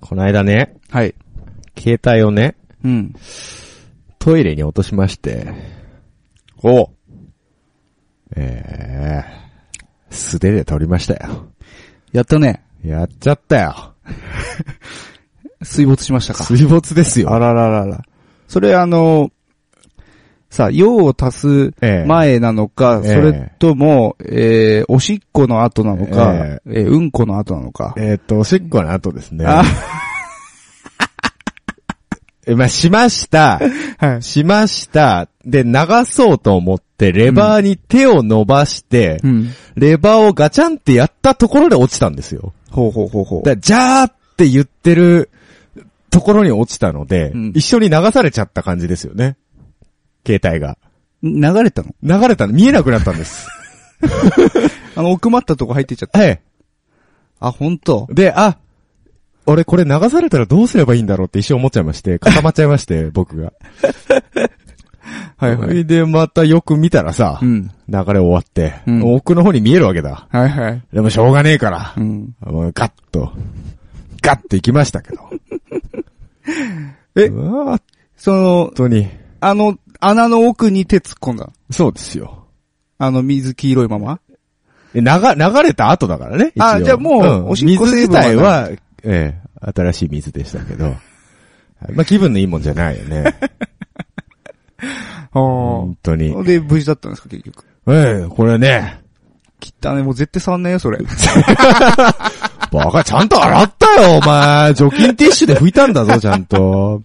この間ね、はい。携帯をね、うん。トイレに落としまして、おえー、素手で取りましたよ。やったね。やっちゃったよ。水没しましたか。水没ですよ。あらららら。それあの、さあ、用を足すええ前なのか、ええそれとも、えー、おしっこの後なのか、ええーうんこの後なのか。えーっと、おしっこの後ですね。あえ、まあ、しま した。はい。しました。で、流そうと思って、レバーに手を伸ばして、うん。レバーをガチャンってやったところで落ちたんですよ。ほうほうほうほう。だからじゃーって言ってるところに落ちたので、うん一緒に流されちゃった感じですよね。携帯が。流れたの流れたの、見えなくなったんです。 あの、奥まったとこ入ってっちゃった。えあ、ほんとえ。で、あ、俺これ流されたらどうすればいいんだろうって一瞬思っちゃいまして、固まっちゃいま して、僕が。はいそはれい。で、またよく見たらさ、うん。流れ終わって、うん奥の方に見えるわけだ。はいはい。でもしょうがねえからう、ん。もうガッと、ガッて行きましたけ ど。えうわー本その、当に。あの、穴の奥に手突っ込んだの。そうですよ。あの、水黄色いまま流、流れた後だからね。一応あじゃあもうんおしっこ水自成分は体は、ええ、新しい水でしたけど。 まあ気分のいいもんじゃないよね。 あ本当に。あ。で、無事だったんですか、結局。ええ、これね、きったね、もう絶対触んないよ、それ。バカちゃんと洗った よ、お前。除菌ティッシュで拭いたんだぞ、ちゃんと。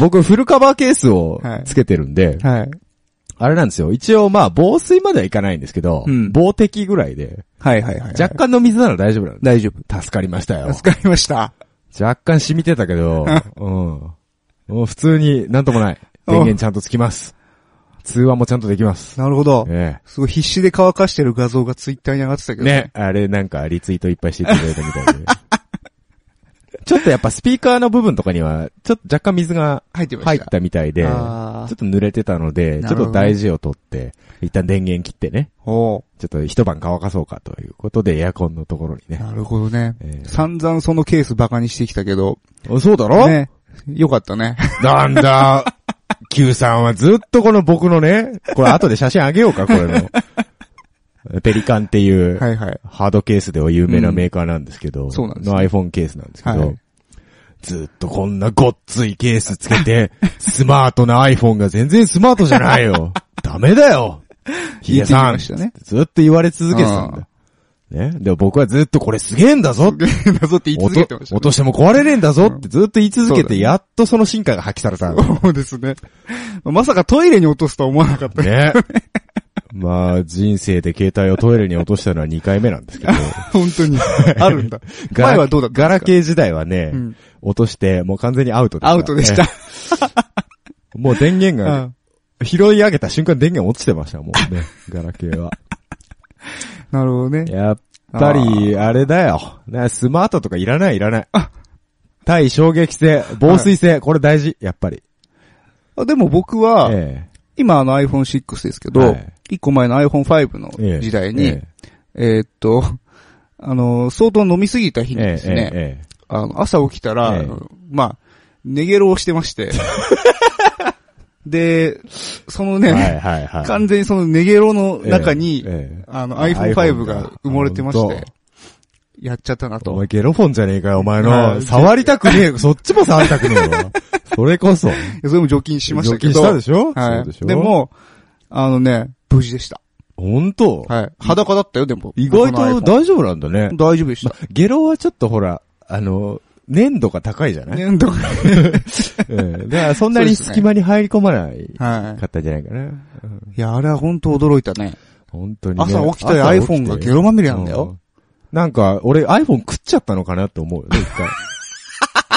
僕、フルカバーケースをつけてるんで、はい。あれなんですよ。一応、まあ、防水まではいかないんですけど、うん防滴ぐらいで、はいはいはい。若干の水なら大丈夫なの。大丈夫。助かりましたよ。助かりました。若干染みてたけど、 うん。もう普通になんともない。電源ちゃんとつきます。通話もちゃんとできます。なるほど。えすごい必死で乾かしてる画像がツイッターに上がってたけえ。ど。ね。。あれなんかリツイートいっぱいしていただいたみたいで。 ちょっとやっぱスピーカーの部分とかには、ちょっと若干水が入ってま入し。ったたみたいで、ちょあっと濡れてたので、なちょるっほどと大事を取って、一旦電源切ってね、あ。おちょっと一晩乾かそうかということでエアコンのところにね。ーなるほどね。え散々そのケースバカにしてきたけど。えそうだろね。よかっ たね。なんだ、Q さんはずっとこの僕のね、これ後で写真あげよう か、これの。ペリカンっていう、はいはい。ハードケースでは有名なメーカーなんですけど、そうなんですの iPhone ケースなんですけど、はいずっとこんなごっついケースつけて、 スマートな iPhone が全然スマートじゃない よ。ダメだよ。ヒデさ言ん、ってきました ねずっと言われ続けてたんだ。ね。でも僕はずっとこれすげえんだぞ ってなぞって言い続けてました、落としても壊れねえんだぞってずっと言い続けて、やっとその進化が発揮されたんだ。そうですね。まさかトイレに落とすとは思わ なかった。 ね。まあ、人生で携帯をトイレに落としたのは2回目なんですけど。本当に。あるんだ。 ガラ前はどうだったガラケー時代はね、うん落として、もう完全にアウトでした。アウトでし たえ。え。もう電源うが、ん拾い上げた瞬間電源落ちてました、も うね。ガラケーは。なるほどね。やっぱり、あれだよ。ね、スマートとかいらない、いらない。対衝撃性、防水性、これ大事、やっぱり。あでも僕は、え今あの iPhone6 ですけど、はい1個前の iPhone5 のえええ時代に、ええーっと、あの、相当飲みすぎた日えにですね、ええええあの朝起きたら、ええあのまあ、寝ゲロをしてま して、で、そのね、えはいはい はい。完全にその寝ゲロの中に、ええええあの iPhone iPhone5 がが埋もれてまし本て、やっちゃったなおと前。ゲロフォンじゃねえかよ、お前の。はい触りたくねえ、そっちも触りたくねえ わ。それこそ。それも除菌しましたけど。除菌したでしょはそうでしい。ょで、も、あのね、無事でした。本当はい。裸だったよ、でも。意外僕のと iPhone 大丈夫なんだね。大丈夫でした。ゲロはちょっとほら、あの、粘度が高いじゃない、粘土が。うんだからそんなに隙間に入り込まないはかったんじゃないかな。うんい。いや、あれは本当驚いたね。本当に、ね。朝起きたら朝起きて iPhone がゲロまみれなんだよ。うん。なんか、俺 iPhone 食っちゃったのかなって思うよね、一回。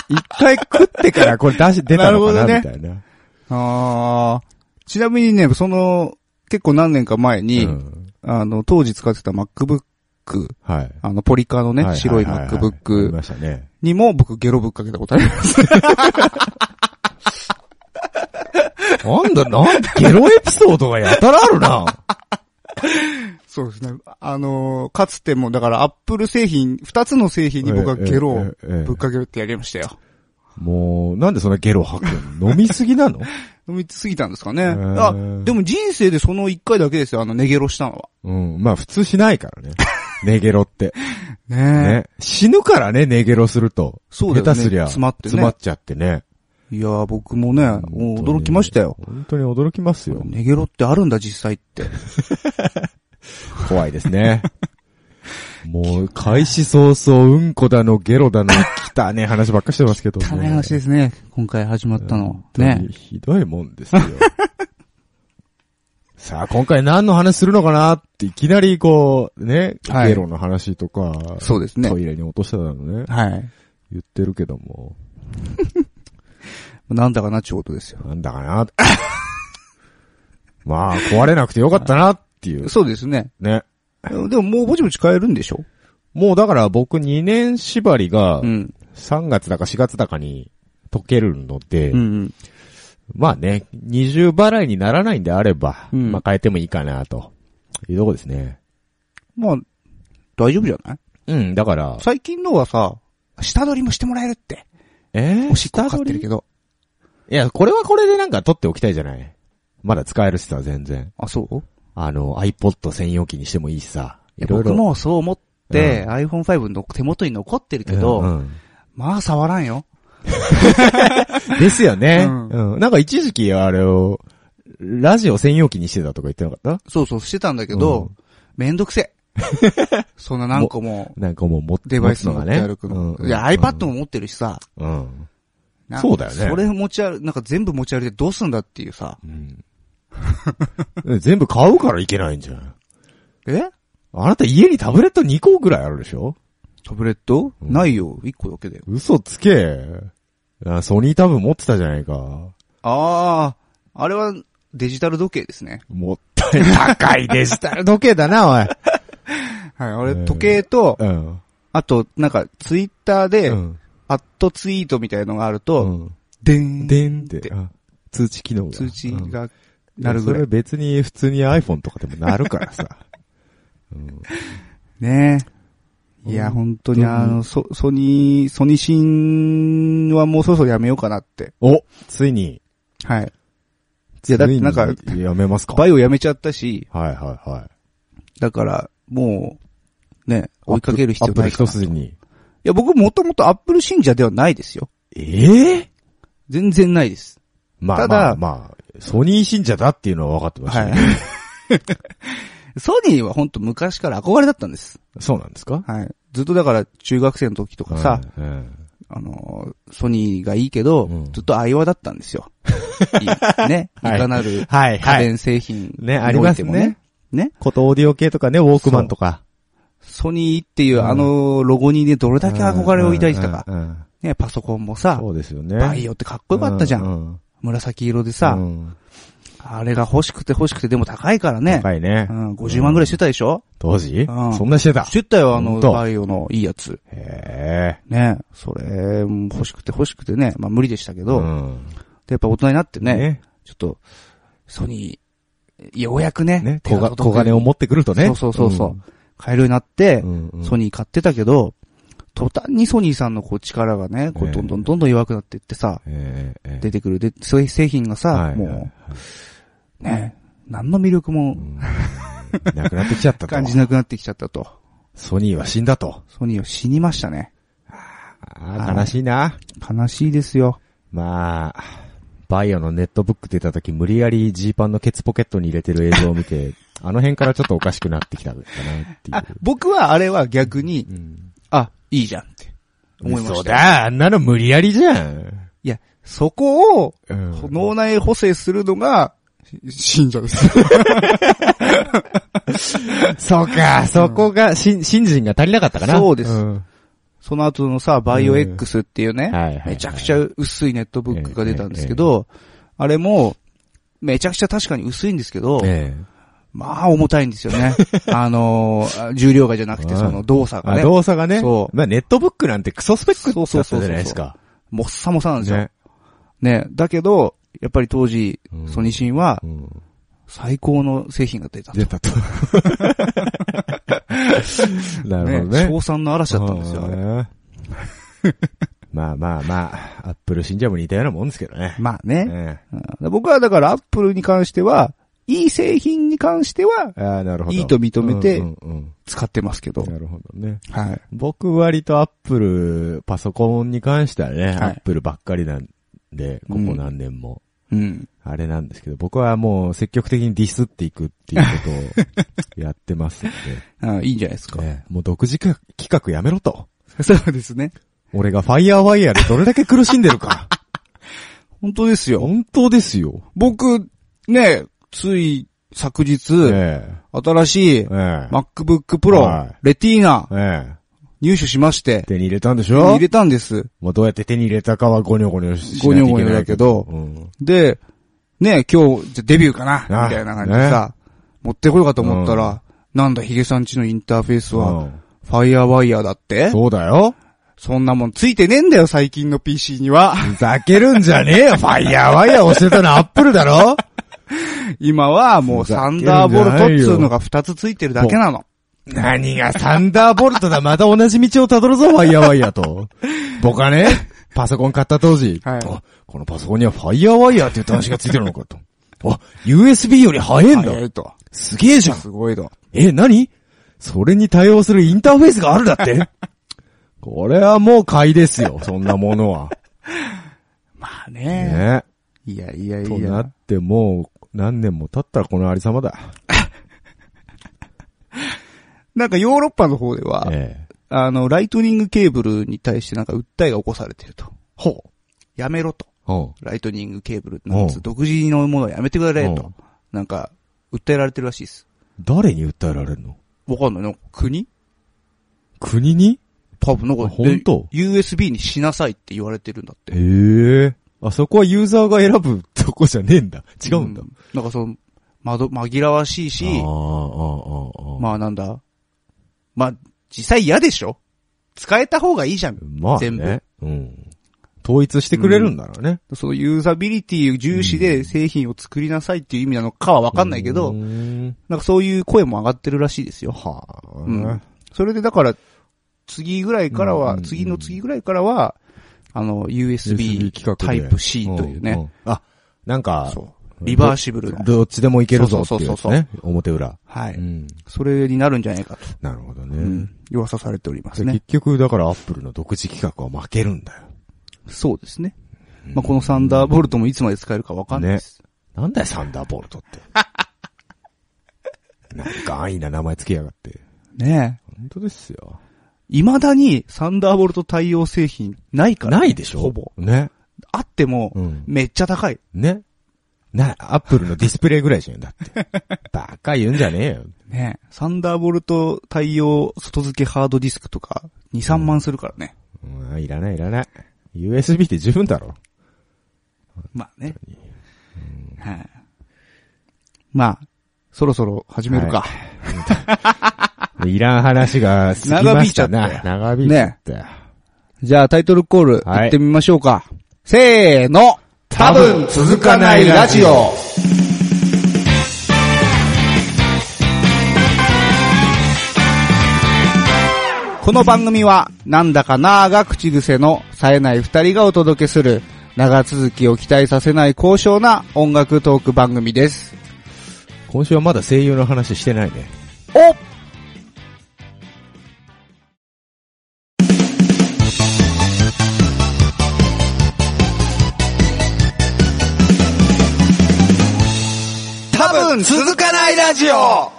一回食って からこれ出し、出たのかななるみほたいな。あーちなみにね、その、結構何年か前に、うんあの、当時使ってた MacBook、はい。あの、ポリカーのね、は白いはははあり MacBook ましたね。にも僕ゲロぶっかけたこと あります。 なんだ、なん、ゲロエピソードがやたらあるな。そうですね。あのーかつても、だからアップル製品、二つの製品に僕はゲロをええええええぶっかけるってやりましたよ。もう、なんでそんなゲロ吐くの飲みすぎなの 飲みすぎたんですかね。へあー、でも人生でその一回だけですよ、あの、寝ゲロしたのは。うん。まあ普通しないからね。寝ゲロって。 ねえ。ね。死ぬからね、寝ゲロすると。そうだよね下手すりゃ。詰まってね詰まっちゃってね。いやー、僕もね、もう本当に驚きましたよ。本当に驚きます よ。寝ゲロってあるんだ、実際って。怖いですね。 もう、開始早々、うんこだの、ゲロだの、汚ねえ話ばっかしてますけども。 汚い話ですね、今回始まったの。本当ねに。ひどいもんですよ。 さあ、今回何の話するのかなって、いきなりこう、ね、はいゲロの話とか、そうですねト。イレに落としただのね、はい。言ってるけども、なんだかなっちゅうことですよ。なんだかな。 まあ、壊れなくてよかったなっていう。そうですね。ね。でももうぼちぼち変えるんでしょもうだから僕2年縛りがう、ん。 3月だか4月だかに解けるので、うんうん。まあね、20払いにならないんであれば、うんまあ変えてもいいかなと。いうとこですね。まあ、大丈夫じゃないうん、だから、最近のはさ、下取りもしてもらえるって。えーおしっこかかってるけど。いや、これはこれでなんか取っておきたいじゃないまだ使えるしさ、全然。あ、そうあの、iPod 専用機にしてもいいしさ。いやいろいろ僕もそう思って、iPhone5 の手元に残ってるけど、うんうんまあ触らんよ。ですよね、ううんん。なんか一時期あれを、ラジオ専用機にしてたとか言ってなかったそうそうしてたんだけど、うんめんど くせえ。そんな何個もなんかもう持って、デバイス持持っつてがね歩くの。うんいや、iPad も持ってるしさ。うん。なんそうだよねそれ持ち歩、なんか全部持ち歩いてどうすんだっていうさ。うん。全部買うからいけないんじゃん。えあなた家にタブレット2個ぐらいあるでしょタブレット、うんないよ。一個だけだよ。嘘つけ。あソニータブ持ってたじゃないか。ああ、あれはデジタル時計ですね。もったい、高いデジタル時計だな、おい。はい、あれうん時計と、うん。あと、なんかツイッターで、うん。アットツイートみたいなのがあるうと、ん。でん、でんってで、あ通知機能が。通知うん。がなるぐらそれい。別に普通に iPhone とかでもなるから さ。うんねうんいや、本当にあの、ソ、ソニー、ソニシンはもうそろそろやめようかなって。おついに。はい。いや、だってなんか、ついにやめますかはバいイオやめちゃったし、はいはい。だから、もう、ね、追いかける必要ないかアップル一な。い筋に。や、僕もともとアップル信者ではないですよ。ええ全然ないです。またあだまあまあ、ソニー信者だっていうのは分かってましたはね。い。 ソニーは本当昔から憧れだったんです。そうなんですかはい。ずっとだから中学生の時とかさ、うんうんあのー、ソニーがいいけど、うんずっとアイワだったんですよ。いいね。いはいかなるはい家はい。電製品にねありおいまてすもねね。ね。ことオーディオ系とかね、ウォークマンとか。ソニーっていううんあのロゴにね、どれだけ憧れを抱いてたか。うんうんうんね、パソコンもさ、そうですよね。バイオってかっこよかったじゃん。ん。紫色でさう、んあれが欲しくて欲しくて、でも高いからね。高いうね。ん、50万ぐらいしてたでしょ当時うんそんなしてた。してたよ、あの、本当バイオのいいやつ。へえ。ね。それ、もう欲しくて欲しくてね。まあ無理でしたけど、でんやっぱ大人になってね、ね。ちょっと、ソニー、ようやくね、ね。手小がが届小く金を持ってくるとね。そうそうそうそう買えるようになって、ソニニー買ってたけど、途端にソニーさんのこう力がね、こうええどんどんどんどん弱くなっていってさ、ー。え出てくる。で、そういう製品がさ、はいもう、ね、何の魅力もえ。なくなってきちゃったと。感じなくなってきちゃったと。ソニーは死んだと。ソニーは死にましたね。ああ、悲しいな。悲しいですよ。まあ、バイオのネットブック出た時無理やりジーパンのケツポケットに入れてる映像を見 て、あの辺からちょっとおかしくなってきたかなっていう。僕はあれは逆 に、うんあ、いいじゃんって思いま嘘した。だ、あんなの無理やりじゃん。いや、そこをうん脳内補正するのが、信者です。そうか、そこが、新、新人が足りなかったかな。そうですん その後のさ、バイオ X っていうはね、いはいはいめちゃくちゃ薄いネットブックが出たんですけど、あれも、めちゃくちゃ確かに薄いんですけど、えまあ重たいんです よね。あのー重量がじゃなくてうんその動え作があね、動作がね。そうまあ、ネットブックなんてクソスペックだったじゃないですか。もっさもさなんですよ。ねね。だけど、やっぱり当時う、んソニシンはうん最高の製品が出たと出。 たと。なるほどね。賞賛の嵐だったんですよ、あれうん まあまあまあ、アップル信者も似たようなもんですけどね。まあね。えうん僕はだからアップルに関しては、いい製品に関してはえああ、なるほど。いいと認めてうんうん使ってますけど。うんなるほどね。はい。僕割とアップル、パソコンに関してはね、いアップルばっかりなんで、ここ何年も。うん。あれなんですけど、僕はもう積極的にディスっていくっていうことをやってます んあいいんじゃないですかで、。ねもう独自企画やめろと。 そうですね。俺がファイヤーワイヤーでどれだけ苦しんでる か。本当ですよ。本当ですよ。僕、ね、つい昨日、え新しいえ。ええ。 MacBook Pro、はいレティーナええ。入手しまして、手に入れたんでしょ入れたんです。もうどうやって手に入れたかはゴニョゴニョしないといけないゴニョゴニョだけどうんで、ね、今日、じゃあデビューかなあみたいな感じでさ、持ってこようかと思ったら、なんだヒゲさんちのインターフェースは、ファイアーワイヤーだってそうだよ。そんなもんついてねえんだよ、最近の PC に は。ふざけるんじゃねえよ、ファイヤーワイヤー押してたのアップルだろ今はもうふざサけんンじゃないダよーボルトっつうのが2つついてるだけなの。何がサンダーボルトだ、また同じ道をたどるぞ、ファイヤーワイヤーと。僕はね、パソコン買った当時、はいあこのパソコンにはファイヤーワイヤーっていう端子がついてるのかと。あ、USB より早いんだ早。いと。すげえじゃん。すごいと。え、何それに対応するインターフェースがあるだってこれはもう買いですよ、そんなもの は。まあね。ね。いやいやいとなやっ。てもう何年も経ったらこのありさまだ。なんかヨーロッパの方では、ええ。あの、ライトニングケーブルに対してなんか訴えが起こされてると。ほやめろと。う。うん。ライトニングケーブルなんつううん独自のものをやめてくれうとん。なんか、訴えられてるらしいです。誰に訴えられるのわかんないの国国に多分なんか、あ本当で ?USB にしなさいって言われてるんだって。へえ。あそこはユーザーが選ぶとこじゃねえんだ。違うんだ。なんかその、まど、紛らわしいし、ああ、ああ、ああ。まあなんだ。まあ、実際嫌でしょ使えた方がいいじゃん。まあ、全部。うん。統一してくれるんだろうね。そのユーザビリティ重視で製品を作りなさいっていう意味なのかはわかんないけど、うーんなんかそういう声も上がってるらしいですよ。はあ。うんそれでだから、次ぐらいからうんうんは、うん次の次ぐらいからは、あの、USB 企画でタイプ C というね。んんあ、なんか、そう。リバーシブルな。どっちでもいけるぞっていうやつそうそうそうね。表裏。。はいうん。それになるんじゃないかと。なるほどうね。ん。噂されておりますでね結。局、だからアップルの独自企画は負けるんだよ。そうですね。まあ、このサンダーボルトもいつまで使えるかわかんないです。なんだよ、サンダーボルト って。なんか安易な名前つけやがって。ねえ。本当ですよ。未だにサンダーボルト対応製品ないから、ないでしょほぼ。。ね。あってもう、ん。めっちゃ高い。ね。な、アップルのディスプレイぐらいじゃん、だ って。バカ言うんじゃねえよ。ねえ。サンダーボルト対応外付けハードディスクとか、2、3万するからね。うん、いらない、いらない。USB って十分だろ。まあね。はい。まあ、そろそろ始めるか。いらん話が過ぎましたな。長引いいちちゃゃっったよ。じゃあタイトルコールはい行ってみましょうか。せーの多分続かないラジオこの番組は、なんだかなーが口癖の冴えない二人がお届けする、長続きを期待させない高尚な音楽トーク番組です。今週はまだ声優の話してないね。お多分続かないラジオ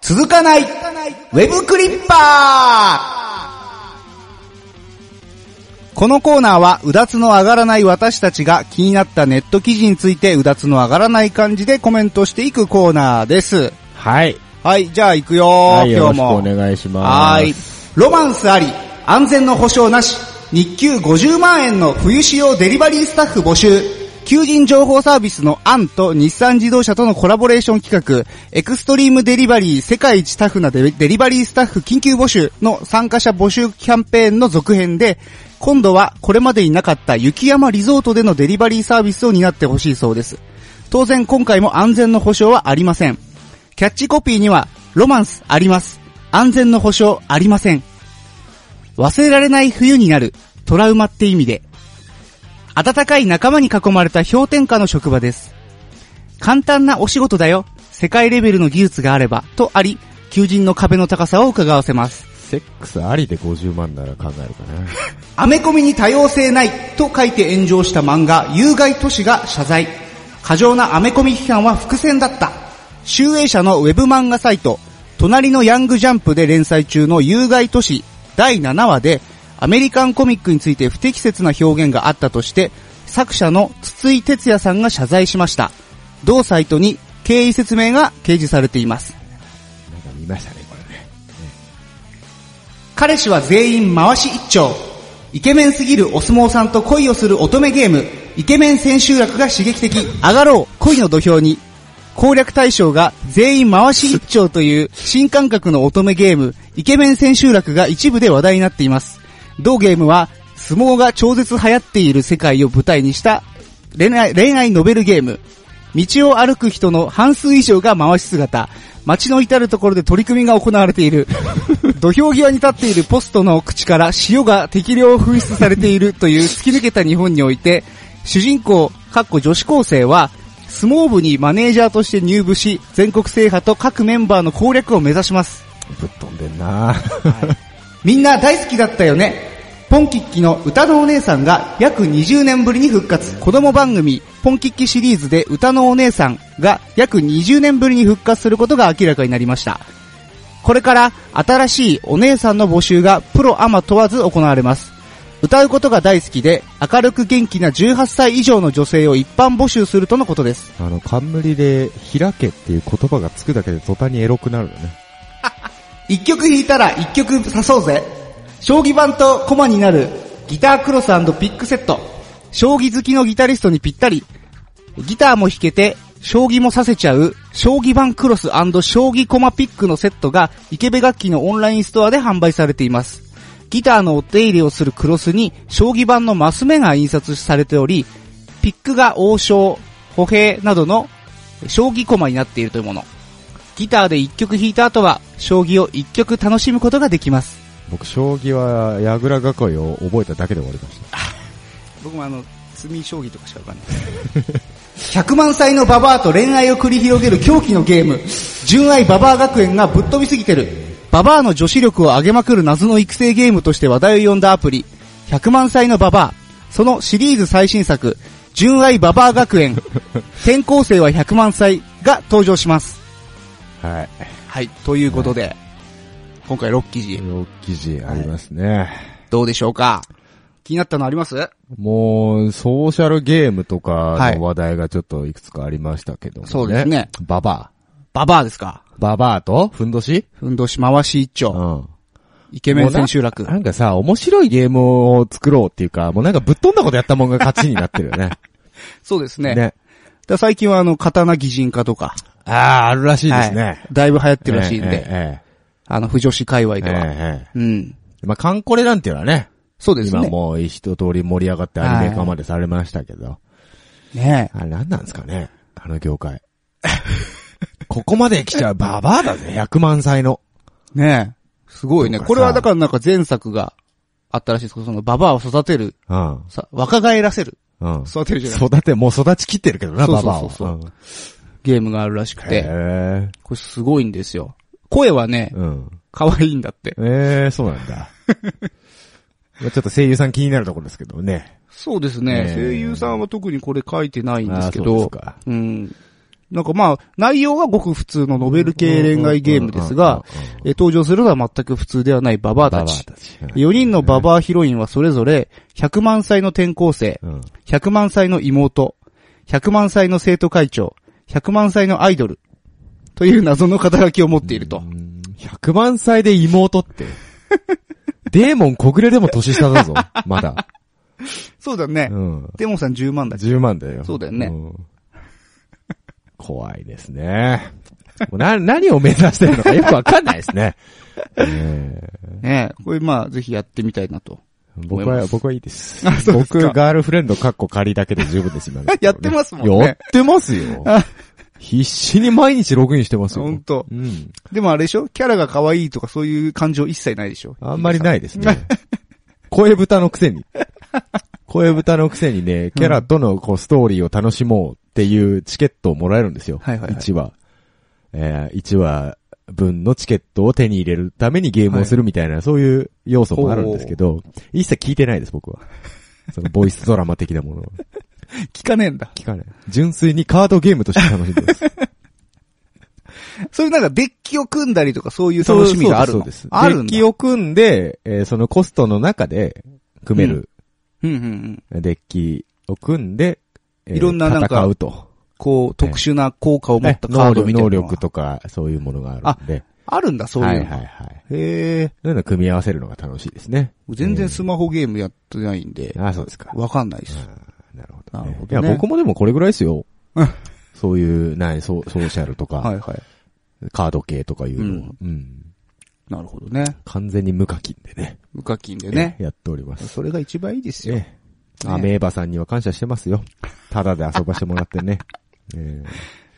続かないウェブクリッパーこのコーナーは、うだつの上がらない私たちが気になったネット記事について、うだつの上がらない感じでコメントしていくコーナーです。はい。はい、じゃあ行くよ、はい、よ今ろしく日おも。願いします。はーい。ロマンスあり、安全の保証なし、日給50万円の冬仕様デリバリースタッフ募集。求人情報サービスのアンと日産自動車とのコラボレーション企画、エクストリームデリバリー世界一タフなデデリバリースタッフ緊急募集の参加者募集キャンペーンの続編で、今度はこれまでになかった雪山リゾートでのデリバリーサービスを担ってほしいそうです。当然今回も安全の保証はありません。キャッチコピーには、ロマンスあります。安全の保証ありません。忘れられない冬になる、トラウマって意味で。暖かい仲間に囲まれた氷点下の職場です。簡単なお仕事だよ。世界レベルの技術があれば、とあり、求人の壁の高さを伺わせます。セックスありで50万なら考えるかな。 アメコミに多様性ないと書いて炎上した漫画、有害都市が謝罪。過剰なアメコミ批判は伏線だった。集英社のウェブ漫画サイト、隣のヤングジャンプで連載中の有害都市第7話で、アメリカンコミックについて不適切な表現があったとして、作者の筒井哲也さんが謝罪しました。同サイトに経緯説明が掲示されています。なんか見ましたね、これね。彼氏は全員回し一丁。イケメンすぎるお相撲さんと恋をする乙女ゲーム、イケメン千秋楽が刺激的、上がろう、恋の土俵に。攻略対象が全員回し一丁という新感覚の乙女ゲーム、イケメン千秋楽が一部で話題になっています。同ゲームは、相撲が超絶流行っている世界を舞台にした恋愛恋愛ノベルゲーム。道を歩く人の半数以上が回し姿。街の至るところで取り組みが行われている。土俵際に立っているポストの口から塩が適量噴出されているという突き抜けた日本において、主人公、かっこ女子高生は、相撲部にマネージャーとして入部し、全国制覇と各メンバーの攻略を目指します。ぶっ飛んでんなみんな大好きだったよね。ポンキッキの歌のお姉さんが約20年ぶりに復活。子供番組、ポンキッキシリーズで歌のお姉さんが約20年ぶりに復活することが明らかになりました。これから新しいお姉さんの募集がプロアマ問わず行われます。歌うことが大好きで明るく元気な18歳以上の女性を一般募集するとのことです。あの、冠で、開けっていう言葉がつくだけで途端にエロくなるよね。一曲弾いたら一曲刺そうぜ。将棋盤とコマになるギタークロスピックセット。将棋好きのギタリストにぴったり。ギターも弾けて、将棋もさせちゃう、将棋盤クロス将棋コマピックのセットが、池部楽器のオンラインストアで販売されています。ギターのお手入れをするクロスに、将棋盤のマス目が印刷されており、ピックが王将、歩兵などの将棋駒になっているというもの。ギターで一曲弾いた後は、将棋を一曲楽しむことができます。僕、将棋は、矢倉囲いを覚えただけで終わりました。僕もあの、罪将棋とかしかわ かんない。100万歳のババアと恋愛を繰り広げる狂気のゲーム、純愛ババア学園がぶっ飛びすぎてる。ババアの女子力を上げまくる謎の育成ゲームとして話題を呼んだアプリ、100万歳のババア。そのシリーズ最新作、純愛ババア学 園、転校生は100万歳が登場します。はい。はい、ということで、今回6記事、ロ記事ありますね。どうでしょうか気になったのありますもう、ソーシャルゲームとかの話題がちょっといくつかありましたけども、ねそうですね。ババババアですかア。ババアとふんどしふんどし回し一丁。ん。イケメン千秋楽もうな。なんかさ、面白いゲームを作ろうっていうか、もうなんかぶっ飛んだことやったもんが勝ちになってるよね。そうです ね。だかね。ら最近はあの、刀擬人化とか。ああ、あるらしいですね。はいだいぶ流行ってるらしいんええで。えあの、不女子界隈ええでは。ええうん。えまあ、カンコレなんていうのはね、そうです今ね。もう一通り盛り上がってアニメ化までされましたけど、ねえあれなんなんですかね、あの業界。 ここまで来ちゃうババアだぜ、100万歳の。ねえすごいね。とかさこれはだからなんか前作があったらしいですけど、その、ババアを育てる、うん。さ、若返らせる、うん。育てるじゃない育て、もう育ちきってるけどな、そうバそうバアそを。うそううんゲームがあるらしくて。へえ。これすごいんですよ。声はね、うん。可愛いんだって。ええー、そうなんだ。 まあちょっと声優さん気になるところですけどね。そうですねね。え声優さんは特にこれ書いてないんですけあーそうですど、かうん。なんかまあ、内容はごく普通のノベル系恋愛ゲームですがうんうんうんうん、え登場するのは全く普通ではないババアたち。ち。 4人のババアヒロインはそれぞれ、100万歳の転校生、うん。 100万歳の妹、100万歳の生徒会長、100万歳のアイドル、という謎の肩書きを持っていると。 100万歳で妹 って。デーモン小暮でも年下だぞ、まだ。そうだねう。ん。デモンさん10万だけど。 10万だよ。そうだよねん怖いですね。もうな、何を目指してるのかよくわかんないですね。ねえねこれまあ、ぜひやってみたいなと。僕思いまは、す僕はいいです。あそうですか僕、ガールフレンドカッコ仮だけで十分です、今の やってますもんねやってますよあ。必死に毎日ログインしてますよ。ほんとうん。でもあれでしょキャラが可愛いとかそういう感情一切ないでしょあんまりい。ないです ね。声豚のくせに。声豚のくせにね、キャラとのこうストーリーを楽しもうっていうチケットをもらえるんですよ。はいはいはい1話。えー、1話分のチケットを手に入れるためにゲームをするみたいな、そういう要素もあるんですけど、一切聞いてないです、僕は。そのボイスドラマ的なものを。聞かねえんだ。聞かない。 純粋にカードゲームとして楽しん でます。そういうなんかデッキを組んだりとかそういう楽しみがあるのそうです。ああるるんだ。デッキを組んで、えーそのコストの中で組めるうんうんうん。デッキを組んで、えーいろんななんか戦うと。こう、特殊な効果を持ねったカ能ード力みたい能なのが力とか、そういうものがあるんで。あるんだ、そうはいいうはの。いはい。へえ。そういうのを組み合わせるのが楽しいですね。全然スマホゲームやってないんで、ああ、そうですか。わかんないです。なるほど、なね。るほどねいや、僕もでもこれぐらいですようん。そういう、ない、ソソーシャルとか、はいはい。カード系とかいうのは、うん。なるほどね。完全に無課金でね。無課金でね。え やっております。それが一番いいですよ。ええ。アメーバさんには感謝してますよ。タダで遊ばしてもらってね。 え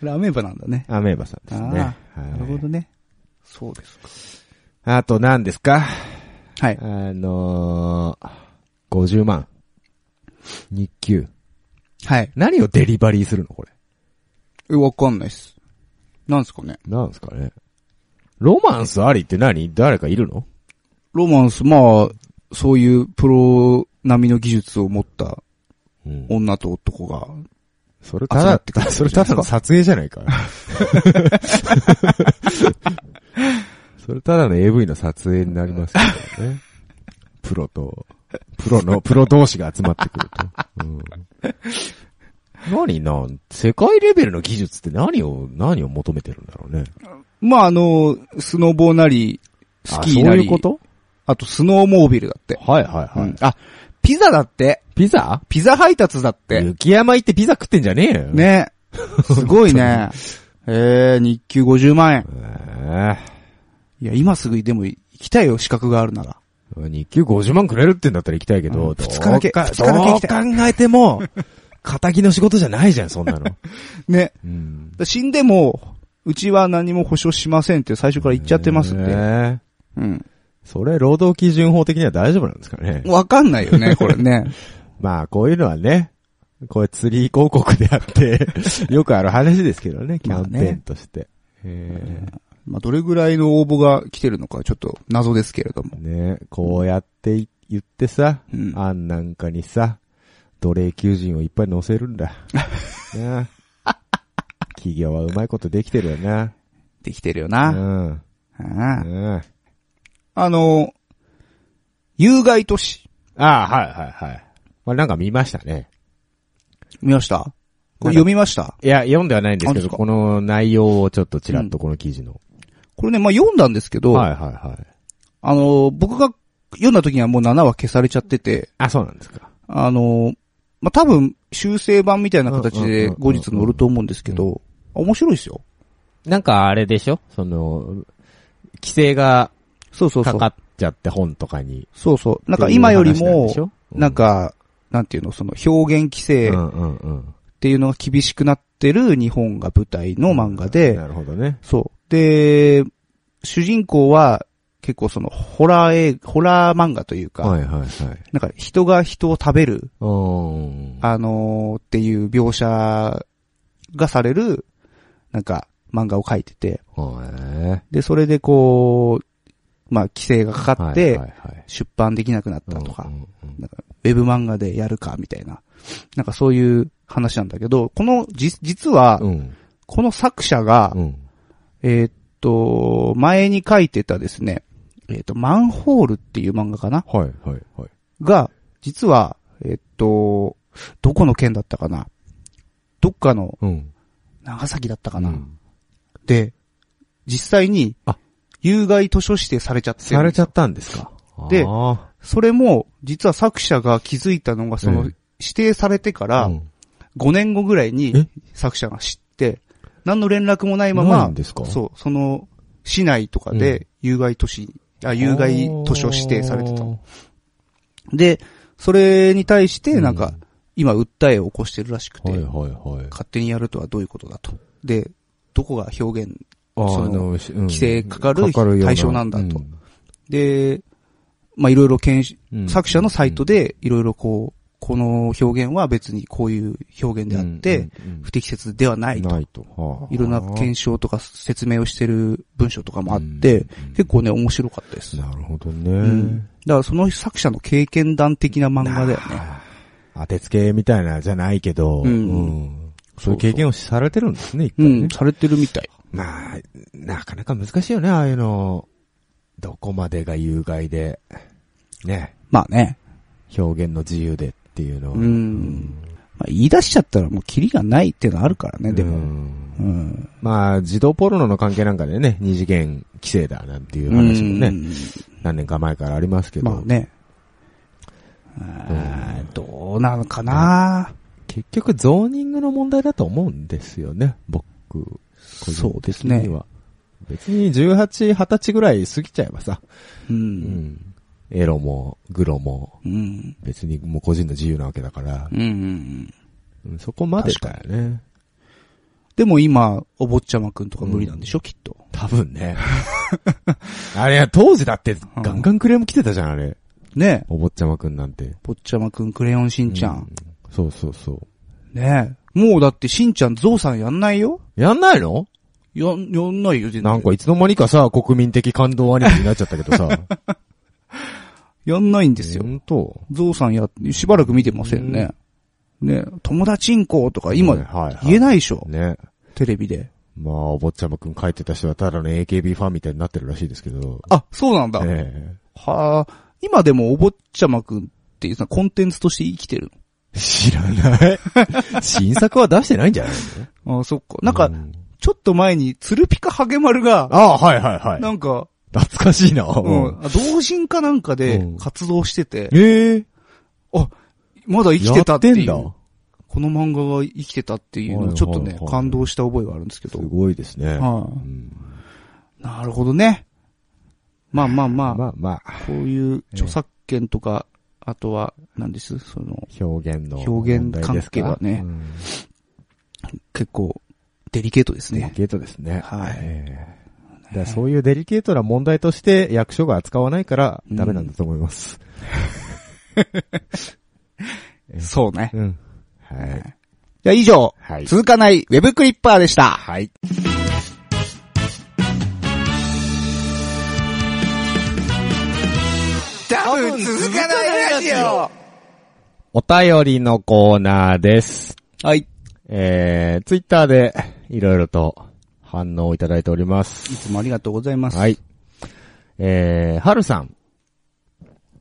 ラーメンバなんだねえ。アメーバさんですね。ああはいなるほどね。そうですか。あと何ですかはい。あのー、50万。日給。はい。何をデリバリーするのこれ。えわかんないです。なんですかね。なんですかね。ロマンスありって何誰かいるのロマンス、まあ、そういうプロ並みの技術を持ったうん。女と男が、それ集またってくるだ、それただの撮影じゃない か。それただの AV の撮影になりますけどね。プロと、プロの、プロ同士が集まってくると。うん、何な、世界レベルの技術って何を、何を求めてるんだろうね。まああの、スノボーなり、スキーなあそうり、いうことあとスノーモービルだって。はいはいはい。うんあ、ピザだって。ピザピザ配達だって。雪山行ってピザ食ってんじゃねえよ。。 ね。すごいね。えー、日給50万円。えいや、今すぐでも行きたいよ、資格があるなら。え日給50万くれるってんだったら行きたいけうんど、どう二日だけか二日だけ行きたどう考えても、仇の仕事じゃないじゃん、そんな の。ね。うん。死んでも、うちは何も保証しませんって最初から言っちゃってますんで。ねえうん。それ、労働基準法的には大丈夫なんですかね。わかんないよ ね、これね。まあ、こういうのはね、こういう釣り広告であって、 よくある話ですけどね、キャンペーンとして。えまあ、どれぐらいの応募が来てるのか、ちょっと謎ですけれどもえ。ねえこうやってい言ってさ、うん。あんなんかにさ、奴隷求人をいっぱい乗せるん だ。なあ企業はうまいことできてるよな。できてるような。ん。あうん。ああの、有害都市。あ、はいはいはい。まあ、なんか見ましたね。見ましたこなんかれ読みましたいや、読んではないんですあけですど、かこの内容をちょっとちらっとこの記事の。これね、まあ、読んだんですけど、はいはいはい。あの、僕が読んだ時にはもう7話消されちゃってて、あ、そうなんですか。あの、まあ、多分、修正版みたいな形でうんうんうんうん後日載ると思うんですけど、面白いですよ。なんかあれでしょその、規制がそうそうそかうか。っちゃって本とかに。そうそう。なんっかていう今より話なんでもし、ょ、なんか、なんていうの、その表現規う制っんうんうん。ていうのが厳しくなってる日本が舞台の漫画で、なるほどね。そう。で、主人公は結構そのホラー映画、ホラー漫画というか、はいはいはい。なんか人が人を食べる、うん。あのーっていう描写がされる、なんか漫画を描いてて、はいで、それでこう、まあ規制がかかって、はいはいはい出版できなくなったとか、うんうんうんウェブ漫画でやるかみたいな、なんかそういう話なんだけど、この、じ、実は、うん。この作者が、うん。えーっと、前に書いてたですね、えーっと、マンホールっていう漫画かなはい、はい、はい。が、実は、えーっと、どこの県だったかなどっかのうん。長崎だったかかな、で、実際にあ、有害図書指定されちゃってさるれちゃったんですか。であそれも、実は作者が気づいたのが、その、うん指定されてかー、らう、ん5年後ぐらいにえ、作者が知って、何の連絡もないまないまん、ですかそう、その、市内とかで、有害都市、あ、有害図書指定されてた。で、それに対して、なんうかん、今訴えを起こしてるらしくて、はいはいはい。勝手にやるとはどういうことだと。で、どこが表現あそのしうん規制かかるよう対象なんだとで、まあ、いろいろ検し、うん作者のサイトで、いろいろこう、この表現は別にこういう表現であって、、うんうんうん不適切ではないと。ないと。はあいろんな検証とか説明をしてる文章とかもあって、、うん結構ね、面白かったです。なるほどうんね。だからその作者の経験談的な漫画だよね。当てつけみたいなじゃないけど、うんんそういう経験をされてるんですね、一う回ねん、。されてるみたい。まあ、なかなか難しいよね、ああいうの。どこまでが有害で、ね、まあね。表現の自由でっていうのは。うんまあ、言い出しちゃったらもうキリがないっていうのはあるからね、でうんも。うん。まあ、児童ポルノの関係なんかでね、二次元規制だなんていう話もうね、ん何年か前からありますけど、まあね。あーどうなのかな結局ゾーニングの問題だと思うんですよね、僕。そうです個人的ねに。は別に18、20歳ぐらい過ぎちゃえばさ、う。うんん。エロも、グロも、うん。別にもう個人の自由なわけだからう、んうん。うんそこまでだよね。でも今、お坊ちゃまくんとか無理なんでしょ、きっと。多分ね。 あれ、当時だってガンガンクレーム来てたじゃん、あれ。ねえ。お坊ちゃまくんなんて。坊ちゃまくん、クレヨンしんちゃ。うんそうそうそねえ。もうだってしんちゃん、ゾウさんやんないよう。やんないのやん、やんないよ、全然なんかいつの間にかさ、国民的感動アニメになっちゃったけどさ。やんないん ですよ。本当ゾウさんや、しばらく見てませんね。ね友達んことか今、はいはい言えないでしょ、ね。テレビで。まあ、お坊ちゃまくん書いてた人はただの AKB ファンみたいになってるらしいですけど。あ、そうなんだ。えはあ、今でもお坊ちゃまくんっていうさ、コンテンツとして生きてるえ知ら ない。新作は出してないんじゃないの。あそっか。なんかう、ちょっと前に、鶴ピカハゲマルが、ああ、はいはいはい。なんか、懐かしいな。うん、あ同人かなんかでうん活動してて、ええ。まだ生きてたっていやんうだ、。この漫画が生きてたっていうのをちょっとねはいはいは、い感動した覚えがあるんですけすど。ごいですね。はういんなるほどね。まあまあまあ、まあまあ、こういう著作権とか、あとは、何ですその、表現の表現問題ですか関係はねうん結構、デリケートですデリね。ケートですね。はいええだからそういうデリケートな問題として役所が扱わないからダメなんだと思います。そうね。うん。はい。じゃあ以上、はい。続かないウェブクリッパーでした。はい。多分続かないラジオお便りのコーナーです。はい。えー、ツイッターでいろいろと反応をいただいております。いつもありがとうございます。はい。。えー、はるさん。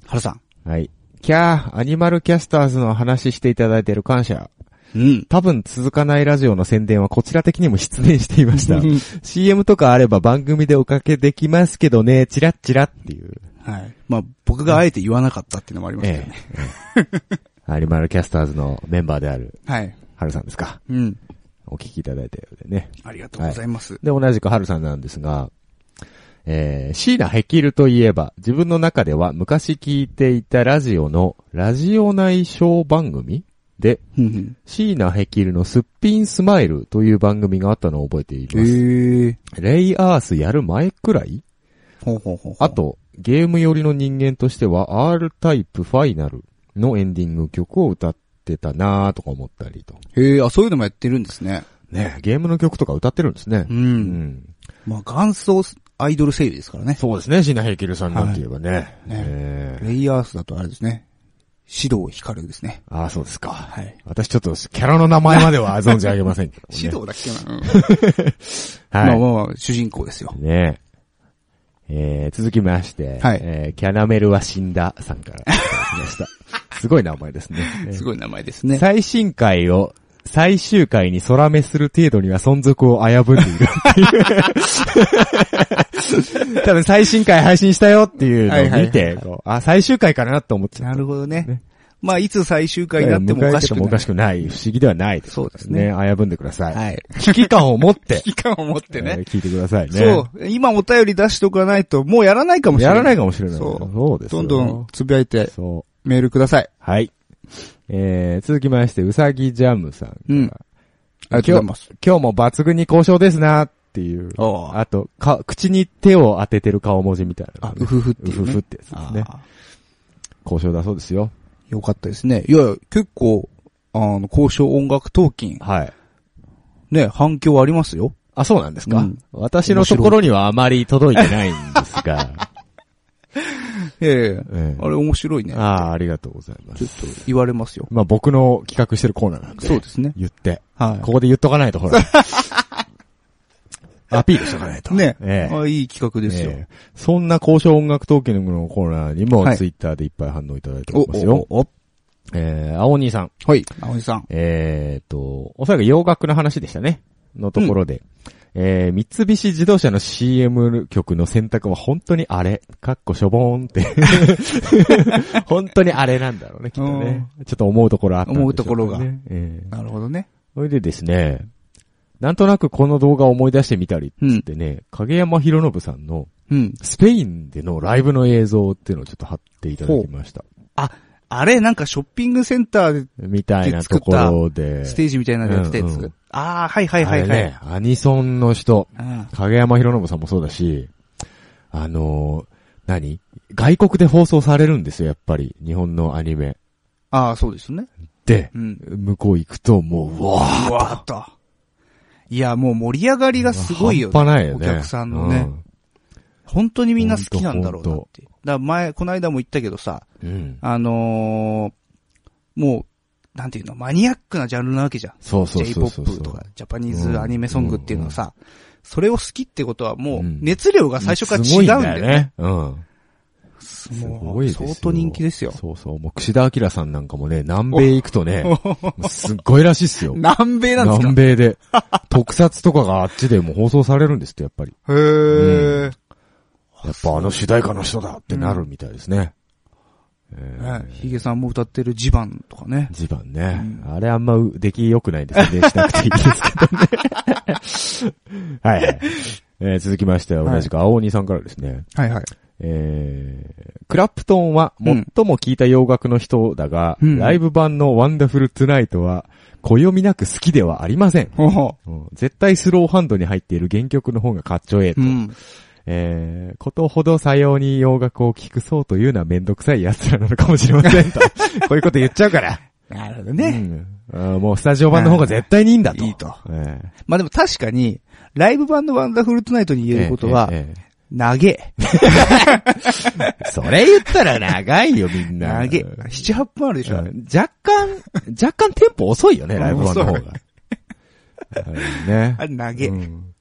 はるさはい。キャー、アニマルキャスターズの話していただいている感謝。ん。うん。多分続かないラジオの宣伝はこちら的にも失念していま した。CM とかあれば番組でおかけできますけどね、チラッチラっていう。はい。まあ、僕があえて言わなかったっていうのもありますけどね。アニマルキャスターズのメンバーである、はい。はるさんですか。うん。お聞きいただいたようでね。ありがとうございます。で、同じく春さんなんですが、えー、椎名ヘキルといえば、自分の中では昔聞いていたラジオの、ラジオ内小番組で、うん椎名ヘキルのすっぴんスマイルという番組があったのを覚えていうん。ます。へえ。レイアースやる前くらいほうほうほうほう。あと、ゲーム寄りの人間としては、R タイプファイナルのエンディング曲を歌ってたなーとか思ったりと。へえ、あ、そういうのもやってるんですね。ねゲームの曲とか歌ってるんですねう。。うんまあ、元祖アイドル声優ですからね。そうですね、シナヘイキルさんなんて言えばね。ねええレイヤースだとあれですね。指導光るですね。ああ、そうです か。はい。私ちょっとキャラの名前までは存じ上げませんけど、ね。指導だっけな。うんまはあまい。あまあ、主人公ですよ。ねええー続きまして、はいえーキャナメルは死んださん からいただきました。すごい名前ですね。すごい名前ですね。最新回を最終回に空目する程度には存続を危ぶんでいるって いう。多分最新回配信したよっていうのを見はいて、こうあ、最終回かなと思っちゃなった。るほどねね。まあ、いつ最終回になってもおかしく迎えてもおなかい。しくない。不思議ではないそうですね危ぶんでください。はい。危機感を持って、期間を持 ってえねー。聞いてくださいね。そう。今お便り出しとかないと、もうやらないかもしれない。やらないかもしれない。そうそうですよどんどんつぶやいて、そメールください。はい。えー、続きまして、うさぎジャムさん。うん。ありがとうございます。今日も抜群に交渉ですなっていう。おうあと、か、口に手を当ててる顔文字みたいなあの、ね、うふふってういう、ね。ふふってやつですね。あー交渉だそうですよ。よかったですね。いやいや、結構、あの、交渉音楽闘金、はい。ね、反響ありま すよ。あ、そうなんですか、うん私のところにはあまり届いてないんですが。ええええあれ面白いね。ああ、ありがとうございまちょす。っと言われますよ。まあ僕の企画してるコーナーなんで。そうですね。言って。はここで言っとかないと、ほら。 アピールしとかないと。い。ね、ええあいい企画ですよ。ええそんな交渉音楽トーキングのコーナーにもはいツイッターでいっぱい反応いただいておりますよ。おおえー、青兄さん。はい。青井さん。えーっと、おそらく洋楽の話でしたね。のところで。えー、三菱自動車の CM 曲の選択は本当にあれ。かっこしょぼーん って。本当にあれなんだろうね、きっとね。ちょっと思うところあったんでしょうかね、思うところがえーなるほどね。それでですね、なんとなくこの動画を思い出してみたりっつってね、影山博信さんのうん。スペインでのライブの映像っていうのをちょっと貼っていただきました。あれ、なんかショッピングセンターみたいなところで。でステージみたいなのやってたやつ。うんうんああ、はいはいはあれいはい。ね、アニソンの人、うん影山博信さんもそうだし、あのー何外国で放送されるんですよ、やっぱり。日本のアニメ。ああ、そうですね。でう、ん。向こう行くともう、うわーうわあった。いや、もう盛り上がりがすごいよね。半端ないよね。お客さんのね。本当にみんな好きなんだろうなって。だから前、この間も言ったけどさ、うん。うん。あのー、もう、なんていうの、マニアックなジャンルなわけじゃん。そうそうそうそうそう。 J-POP とか、ジャパニーズアニメソングっていうのはさ、それを好きってことはもううん、熱量が最初から違うんだよすごいんね。だよね。うん。すもごう、いですよ相当人気ですよ。そうそう。もう、串田明さんなんかもね、南米行くと ね、すっごいらしいっすよ。南米なんですか南米で。特撮とかがあっちでもう放送されるんですって、やっぱり。へー、やっぱあの主題歌の人だってなるみたいですね。えーねヒゲさんも歌ってるジバンとかね。ジバンね。あれあんまう出来良くないですね。しなくていいですけど ね。はいはい。えー続きましては、同じく青鬼さんからですね。はいはい。えー、クラプトンは最も聴いた洋楽の人だが、うんライブ版のワンダフルトゥナイトは、暦なく好きではありません。ほうほうん絶対スローハンドに入っている原曲の方がかっちょええと。う。うん。えー、ことほどさように洋楽を聴くそうというのはめんどくさい奴らなのかもしれません と。こういうこと言っちゃうから。 なるほどね。うんあーもうスタジオ版の方が絶対にいいんだと。いいとえーまあでも確かに、ライブ版のワンダフルトゥナイトに言えることはえ、ーえー長え。それ言ったら長いよ、みんな。 長え。七八分あるでしょ、あれうん若干、若干テンポ遅いよね、ライブ版の方が。遅はい ねあ。れ長え。ううん。ん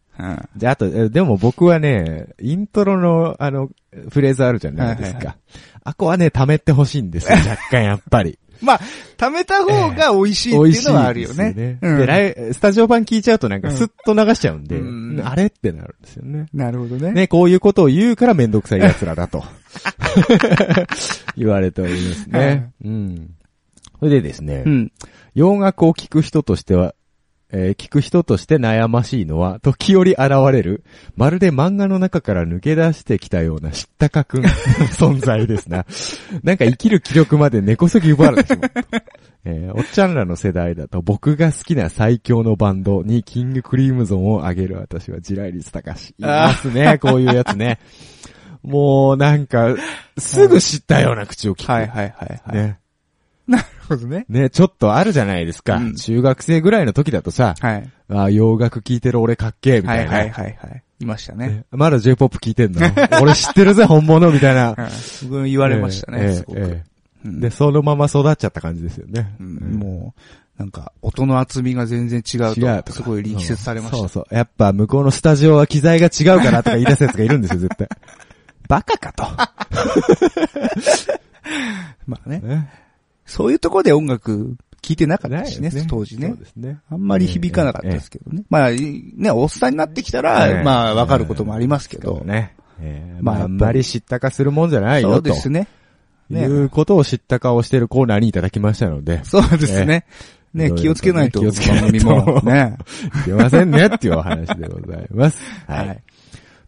で、あと、えでも僕はね、イントロの、あの、フレーズあるじゃないですはいか。あこはね、溜めてほしいん ですよ、若干やっぱり。まあ、貯めた方が美味しいっていうのはあるよね。美味しいですうよんで、ライスタジオ版聞いちゃうとなんかスッと流しちゃうんで、うんうんあれってなるんですよね。なるほどね。ね、こういうことを言うからめんどくさい奴らだと。 言われておりますね。うん。それでですね、うん。洋楽を聴く人としては、えー聞く人として悩ましいのは、時折現れる、まるで漫画の中から抜け出してきたような知ったかくん 存在ですな。なんか生きる気力まで根こそぎ奪われてしまう。えーおっちゃんらの世代だと僕が好きな最強のバンドにキングクリームゾンをあげる私は地雷率高し。います ね、こういうやつね。もうなんか、すぐ知ったような口を聞く。はいはいはいはい。ね。なるほどね。ね、ちょっとあるじゃないですか。うん中学生ぐらいの時だとさ、はい。あー洋楽聴いてる俺かっけえ、みはたいいな。はいはいはい。いましたね。ねまだ J-POP 聴いてんの 俺知ってるぜ、本物みたいな。うん。すごい言われましたええね、すごえく。うえんで、そのまま育っちゃった感じですよね。ううんんもう、なんか、音の厚みが全然違う違うと、とかすごい力説されましそうた。そう。やっぱ向こうのスタジオは機材が違うからとか言い出すやつがいるんですよ、絶 対。バカかと。まあね。ね、そういうところで音楽聴いてなかったしね、ないです当時ねそう。ですね。あんまり響かなかったですけどね。まあ、いね、おっさんになってきたら、ええまあ、わかることもありますけけどど。ね。ええまあまあ、あんまり知ったかするもんじゃないよ、と。そうですね。ねいうことを知った顔をしてるコーナーにいただきましたの で、そうですね。えね、気をつけないと。気をつけないとこの番組もね。 すいませんねっていうお話でございます。は。はいい。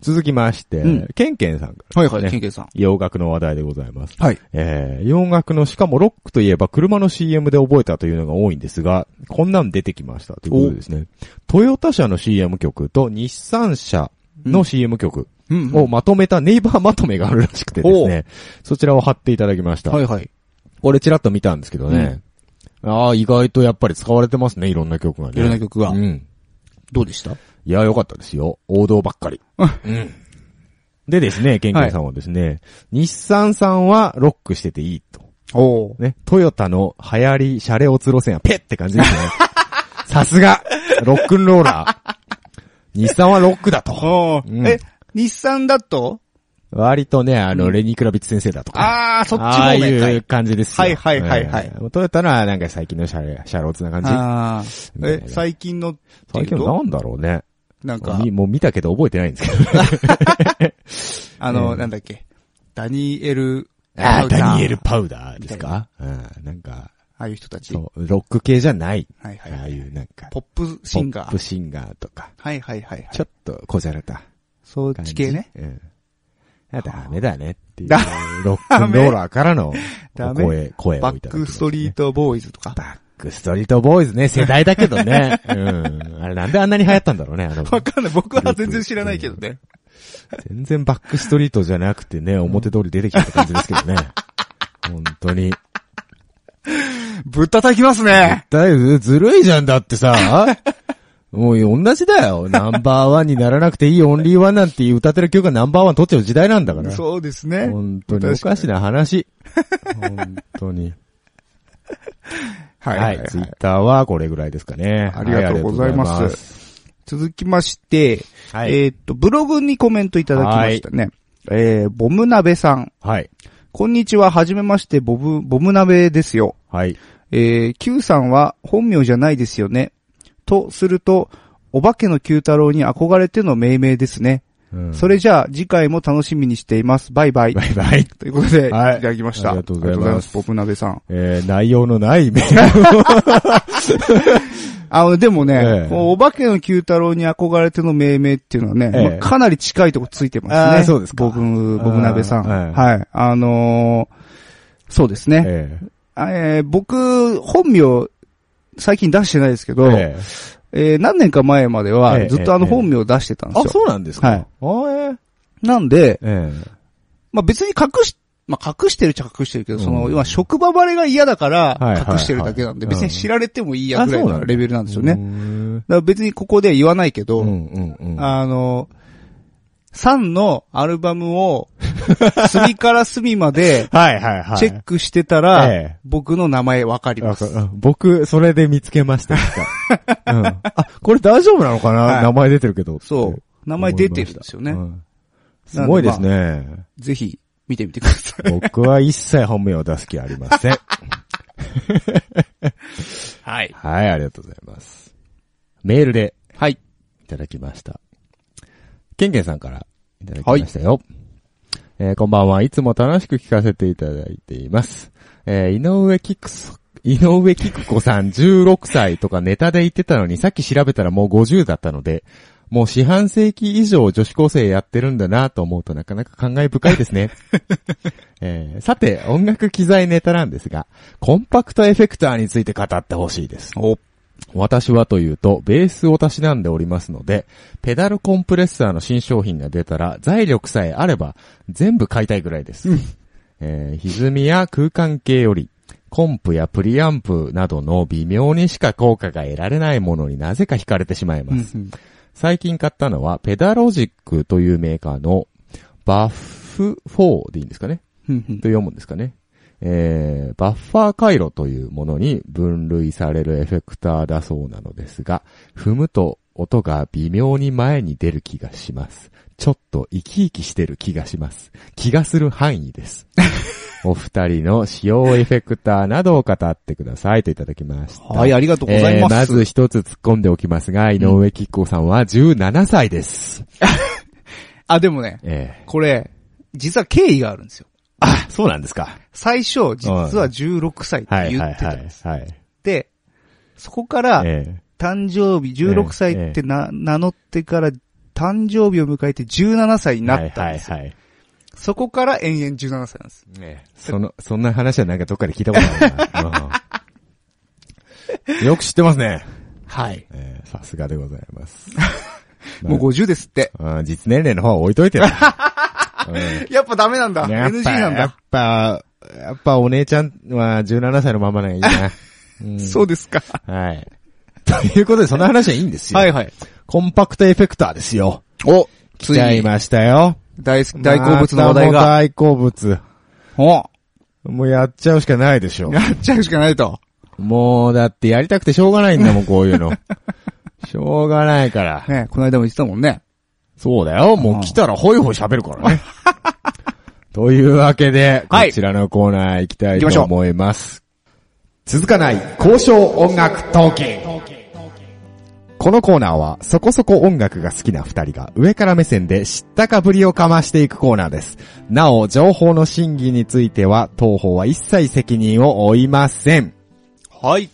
続きまして、うんケンケンさんからはでいすね、はい、ケンケンさん。洋楽の話題でございます。はい。えー、洋楽の、しかもロックといえば車の CM で覚えたというのが多いんですが、こんなん出てきましたということですね。トヨタ社の CM 曲と日産車の CM 曲うんをまとめたネイバーまとめがあるらしくてですね、そちらを貼っていただきました。はいはい。これちらっと見たんですけどね、ああ、意外とやっぱり使われてますね、いろんな曲がね。いろんな曲がうん。どうでしたいや、良かったですよ。王道ばっかり。うん。でですね、ケンケンさんはですね、日産さんはロックしてていいと。おお。ね、トヨタの流行り、シャレオツ路線はペッって感じ ですね。さすが、ロックンローラー。日産はロックだと。おーうんえ、日産だと割とね、あの、うんレニー・クラビッツ先生だとか。あー、そっちああ方面かい。いう感じですよ。はいはいはいはいえートヨタのはなんか最近のシャレ、シャレオツな感じ。あみあ。たいえな、最近のってい最う近と、なんだろうね。なんか、みもう見たけど覚えてないんですけど。あの、うんなんだっけ、ダニエル、ああ、パウダーダニエル・パウダーですかうん、なんか、ああいう人たち。そう、ロック系じゃない。はいはいああいうなんか、ポップシンガポップー。シンガーとか、はいはいはいはい。ちょっとこじゃれた。そっ感じち系ね。。うん。あダメだねっていうダ。ロックンローラーからの ダおメ声、声をバいただッきまクしスたねトリー。トボーイズとか。バックストリートボーイズね、世代だけど ね。うん。あれなんであんなに流行ったんだろうね、あの。わかんない。僕は全然知らないけどね。全然バックストリートじゃなくてね、表通り出てきたって感じですけど ね。本当に。ぶったたきますね。だいぶずるいじゃんだって さ。もう同じだよ。ナンバーワンにならなくていいオンリーワンなんていう歌ってる曲がナンバーワン取っちゃう時代なんだから。そうですね。本当におかしな 話。本当に。ははいい、はいはい。ツイッターはこれぐらいですかね。ありがとうございますは続きまして、ありがとうございます。はい。えーっと、ブログにコメントいただきましたね。えー、ボム鍋さん。はい。こんにちは、はじめまして、ボブ、ボム鍋ですよ。はい。えー、Q さんは本名じゃないですよね。とすると、お化けの Q 太郎に憧れての命名ですね。うんそれじゃあ、次回も楽しみにしています。バイバイ。バイバイ。ということで、はいい、ただきました。ありがとうございますありがボブ鍋さん。えー、内容のないメール。あ、でもね、ええこうお化けの Q 太郎に憧れての命名っていうのはね、ええまあかなり近いとこついてますあね。ーそうですかボブ、ボブ鍋さん。あーはい。あのーそうですね。えーあえー僕、本名、最近出してないですけど、えーえー何年か前までえは、えずっとあのええ本名を出してたんですあ、よ。そうなんですかはあいーなんで、えーまあ、別に隠し、まあ、隠してるっちゃ隠してるけど、その、うん今、職場バレが嫌だかはいら、隠してるだけなんで、はいはい別に知られてもいいやぐらいうんあそうなんのだレベルなんですようね。ーんだから別にここで言わないけど、うんうんうん。あの、サンのアルバムを、隅から隅まで、はい はいはい。チェックしてたら、ええ僕の名前わかりまわす。かうん僕、それで見つけました。う ん、あ、これ大丈夫なのかな、はい名前出てるけど。そう。。名前出てるんですよね。うんすごいですね。ぜひ、見てみてください。僕は一切本名を出す気ありませ ん。はい。 はい、ありがとうございます。メールではい。いただきました。ケンケンさんからいただきましたよ。えーこんばんは。いつも楽しく聞かせていただいています。えー井上キクソ、井上キク子さん16歳とかネタで言ってたのに、さっき調べたらもう50だったので、もう四半世紀以上女子高生やってるんだなと思うとなかなか感慨深いですね。えーさて、音楽機材ネタなんですが、コンパクトエフェクターについて語ってほしいです。お、私はというと、ベースをたしなんでおりますので、ペダルコンプレッサーの新商品が出たら、財力さえあれば、全部買いたいぐらいです。えー歪みや空間系より、コンプやプリアンプなどの微妙にしか効果が得られないものになぜか惹かれてしまいます。うんうん最近買ったのは、ペダロジックというメーカーの、バッフ4でいいんですかねうんうんと読むんですかね。えー、バッファー回路というものに分類されるエフェクターだそうなのですが、踏むと音が微妙に前に出る気がします。ちょっと生き生きしてる気がします。気がする範囲 です。お二人の使用エフェクターなどを語ってくださいといただきました。はい、ありがとうございます。えーまず一つ突っ込んでおきますが、井上貴子さんは17歳です。あ、でもね、えこれ、実は経緯があるんですよ。あ、そうなんですか。最初、実は16歳ってはい、言はっい、てたはんでいす。。はい。で、そこから、え誕生日、16歳ってな、名乗ってから誕生日を迎えて17歳になったはんいですよ。はいはい。そこから延々17歳なんです。ねその、そんな話はなんかどっかで聞いたことあるな。うんよく知ってますね。はい。えーさすがでございます。 もう50ですって。うん実年齢の方は置いとい てよ。うんやっぱダメなんだ。やっ NG ぱなんやっだ。ぱ、やっぱお姉ちゃんは17歳のままね、いいな。うんそうですか。はい。ということで、その話はいいんですよ。はいはい。コンパクトエフェクターですよ。お、来ちゃいましたよ。大好き、大好物の話題またもが。大好物。おもうやっちゃうしかないでしょや。っちゃうしかないと。もう、だってやりたくてしょうがないんだもん、こういう の。しょうがないから。ねこの間も言ってたもんね。そうだよ。もう来たらホイホイ喋るから ね。というわけで、こはいちらのコーナー行きたい行きましとょう思います。続かない交渉音楽トーキング。このコーナーはそこそこ音楽が好きな二人が上から目線で知ったかぶりをかましていくコーナーです。なお、情報の真偽については当方は一切責任を負いません。はい。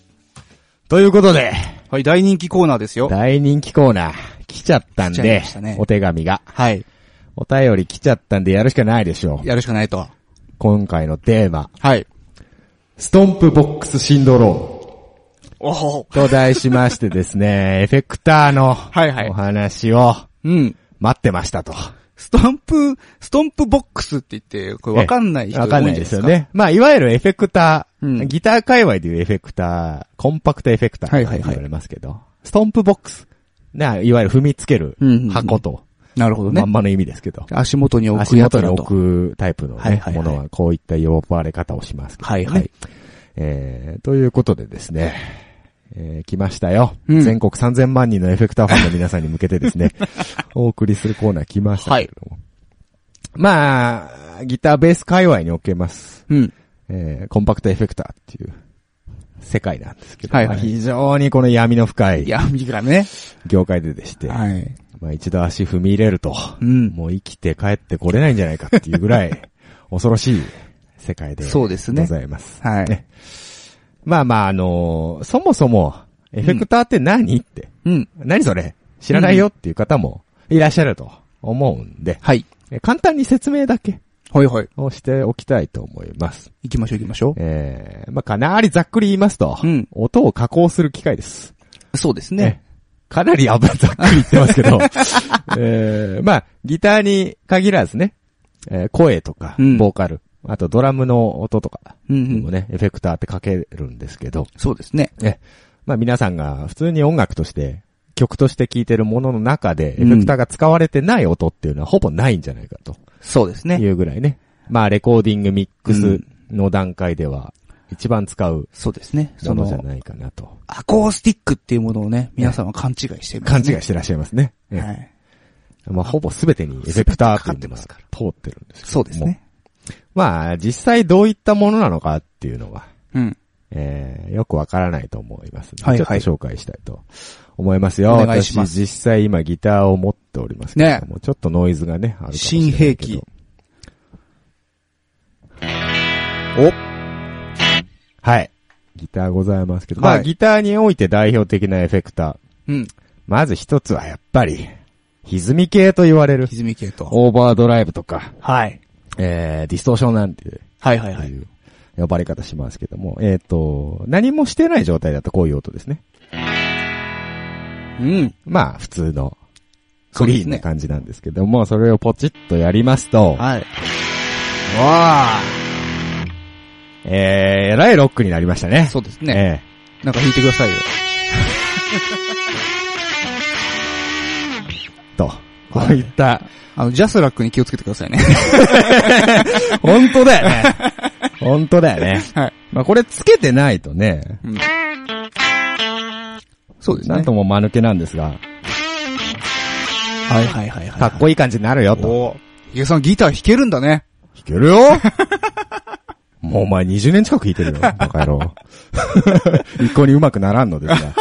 ということで、はい、大人気コーナーですよ。大人気コーナー来ちゃったん来ちゃいでましたね、お手紙が。はい。お便り来ちゃったんでやるしかないでしょう。やるしかないと。今回のテーマ、はい。ストンプボックスシンドロおおームと題しましてです ね、エフェクターのはいはいお話をうん。待ってましたと。ストンプ、ストンプボックスって言って、これわかんない人わ多かいんんなじゃないいでですすよか。ね。まあ、いわゆるエフェクター、うんギター界隈でいうエフェクター、コンパクトエフェクターはいとはいはい言われますけど、ストンプボックス。ね、いわゆる踏みつけるうんうんうん箱と、なるほどまねん。まの意味ですけど。足元に置足くやつ元にだと。置くタイプのね、はいはいもはいのはこういった呼ばれ方をしますけど、はいはい。えー、ということでですね、えー、来ましたよ、うん全国3000万人のエフェクターファンの皆さんに向けて ですね、お送りするコーナー来ましたけれども。まあ、ギターベース界隈におけます、うん。えー、コンパクトエフェクターっていう世界なんですけど、はいはいまあ非常にこの闇の深い闇がね。業界ででして、はい。まあ一度足踏み入れると、うんもう生きて帰ってこれないんじゃないかっていうぐら い恐ろしい世界でそうごですね。ざいます。はい。ねまあまあ、あのーそもそも、エフェクターって何、って、うん。何それ知らないよっていう方もいらっしゃると思うんで、はい。え簡単に説明だけはいはい。をしておきたいと思います。行きましょう行きましょえー、まあかなりざっくり言いますと、うん音を加工する機械です。う。そうですねね。かなりあぶざっくり言ってますけど、 えー、まあ、ギターに限らずね、えー声とか、うんボーカル、あとドラムの音とかうんにうもん。ね、エフェクターってかけるんですけど、そうですね。ね、まあ皆さんが普通に音楽として、曲として聴いてるものの中で、うエんフェクターが使われてない音っていうのはほぼないんじゃないかとそうですいね。うぐらいね。まあレコーディングミックうスんの段階では一番使うそうですね。そものじゃの、ないかなと。アコースティックっていうものをね、皆さんは勘違いしています勘ね。違いしてらっしゃいますね。ええはい。まあほぼ全てにエフェクターっていうのが通ってるんですけどもそうです。ね。まあ実際どういったものなのかっていうのは、うん。えー、よくわからないと思いますので、はいはいちょっと紹介したいと思いますよ。お願いします私実際今ギターを持っておりますけれども、ちょっとノイズがね、あるかもしれないけど。新兵器おはい。ギターございますけど、まはあいギターにおいて代表的なエフェクター。うん。まず一つはやっぱり、歪み系と言われる。歪み系と。オーバードライブとか、はい。えー、ディストーションなんてはいはいはい。いう呼ばれ方しますけども、えっ、と、何もしてない状態だとこういう音ですね。うん。まあ、普通の、そクうでリーすンなね感じなんですけども、それをポチッとやりますと、はい。わえー、えらいロックになりましたね。そうですね。ええなんか弾いてくださいよ。と、こういった、あの、ジャスラックに気をつけてくださいね。 本当だよね。本当だよね。はい。まあ、これつけてないとね、そうですね。なんとも間抜けなんですが、はいはいはいはい。かっこいい感じになるよと。おヒゲさんギター弾けるんだね。弾けるよ もうお前20年近く弾いてる よ、バカ野郎。 一向に上手くならんのですが。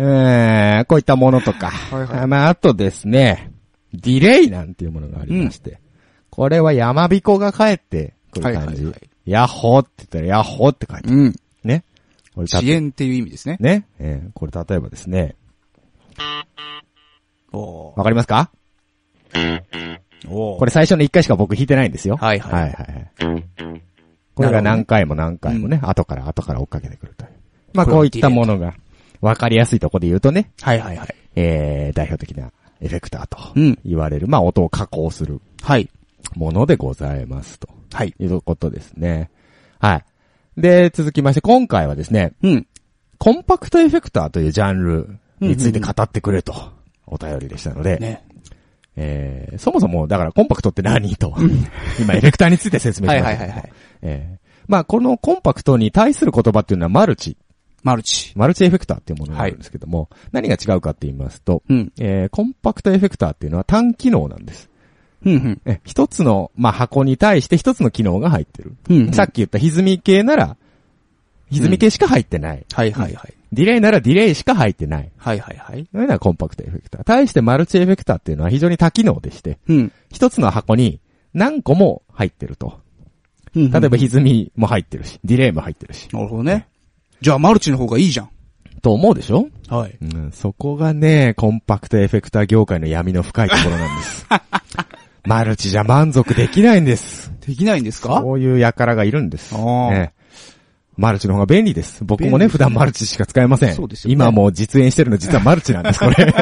えー、こういったものとか。いはいまあ、あとですね、ディレイなんていうものがありまして。これは山彦が帰ってくる感じ。はいはいはいヤッホーって言ったらヤッホーって書いてある。うん。ね。これ遅例え延っていう意味ですね。ね、えーこれ例えばですね、おわかりますかおこれ最初の1回しか僕弾いてないんですよ。はいはいはいはいはいこれが何回も何回もね、後から後から追っかけてくるという。まあこういったものが、わかりやすいとこで言うとね、はいはいはい。えー、代表的なエフェクターとうん言われる、まあ音を加工するはい。ものでございますと。はい。いうことですね。はい。で、続きまして今回はですね、うん。コンパクトエフェクターというジャンルについて語ってくれと、お便りでしたので、ね。えー、そもそも、だからコンパクトって何と、今エフェクターについて説明しましたけど。はいはいはいはいえーまあ、このコンパクトに対する言葉っていうのはマルチ、マルチ。マルチエフェクターっていうものなんですけども、何が違うかって言いますと、うん。えーコンパクトエフェクターっていうのは単機能なんです。うん、うん。え一つの、まあ、箱に対して一つの機能が入ってる。うんうんさっき言った歪み系なら、歪み系しか入ってない。はいはいはい。ディレイならディレイしか入ってない。はいはいはい。そういうのはコンパクトエフェクター。対してマルチエフェクターっていうのは非常に多機能でして、うん。一つの箱に何個も入ってると。例え例えば、歪みも入ってるし、ディレイも入ってるし。なるほどね。じゃあ、マルチの方がいいじゃん。と思うでしょはい。うん、そこがね、コンパクトエフェクター業界の闇の深いところなん です。マルチじゃ満足できないんです。できないんですかこういう輩がいるんです。あーねマルチの方が便利です。僕も便利ね、です普段マルチしか使えません。そうですよね今もう実演してるの実はマルチなんです、こ れ。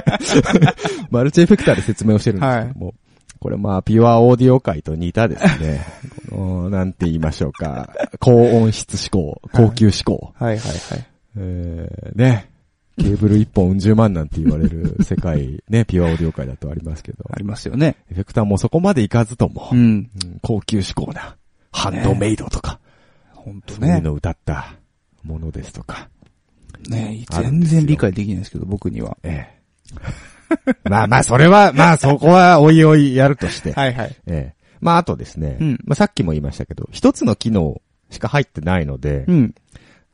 マルチエフェクターで説明をしてるんですけども。これまあ、ピュアオーディオ界と似たですね。このなんて言いましょうか。高音質思考、高級思考。はいはいはい。えー、ね。ケーブル一本うん十万なんて言われる世界、ね、 ピュアオーディオ界だとありますけど。ありますよね。エフェクターもそこまでいかずとも、うん。うん高級志向な、ハンドメイドとか、ほんとそういうね。のを歌ったものですとか。ねある全んですよ然理解できないですけど、僕には。ええ。 まあまあ、それは、まあそこはおいおいやるとして。いはい。ええ。まああとですね、うんまあさっきも言いましたけど、一つの機能しか入ってないので、うん。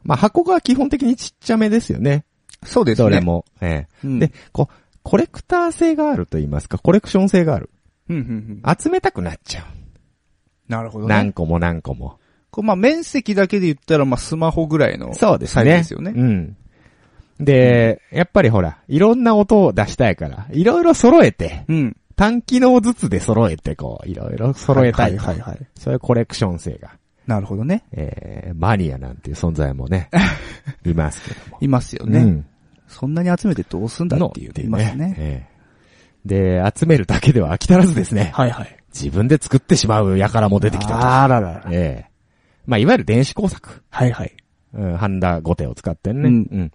まあ箱が基本的にちっちゃめですよね。そうですどね。れ。も。ええ。うんで、こう、コレクター性があると言いますか、コレクション性がある。うん、うん、うん。集めたくなっちゃなるほう。ど何ね。個も何個も。こうまあ、面積だけで言ったら、まあ、スマホぐらいの。そうですね。サイズですよね。うん。で、やっぱりほら、いろんな音を出したいから、いろいろ揃えて、うん。単機能ずつで揃えて、こう、いろいろ揃えたいと。はいはいはいはいそういうコレクション性が。なるほどね。えー、マニアなんていう存在も ね、いますけども。いますようね。ん。そんなに集めてどうすんだのっていう。いますね。ええで、集めるだけでは飽き足らずですね。はいはい。自分で作ってしまう輩も出てきたと。あららら。ええまあ、いわゆる電子工作。はいはい。うん、ハンダ5手を使ってね。ううんん。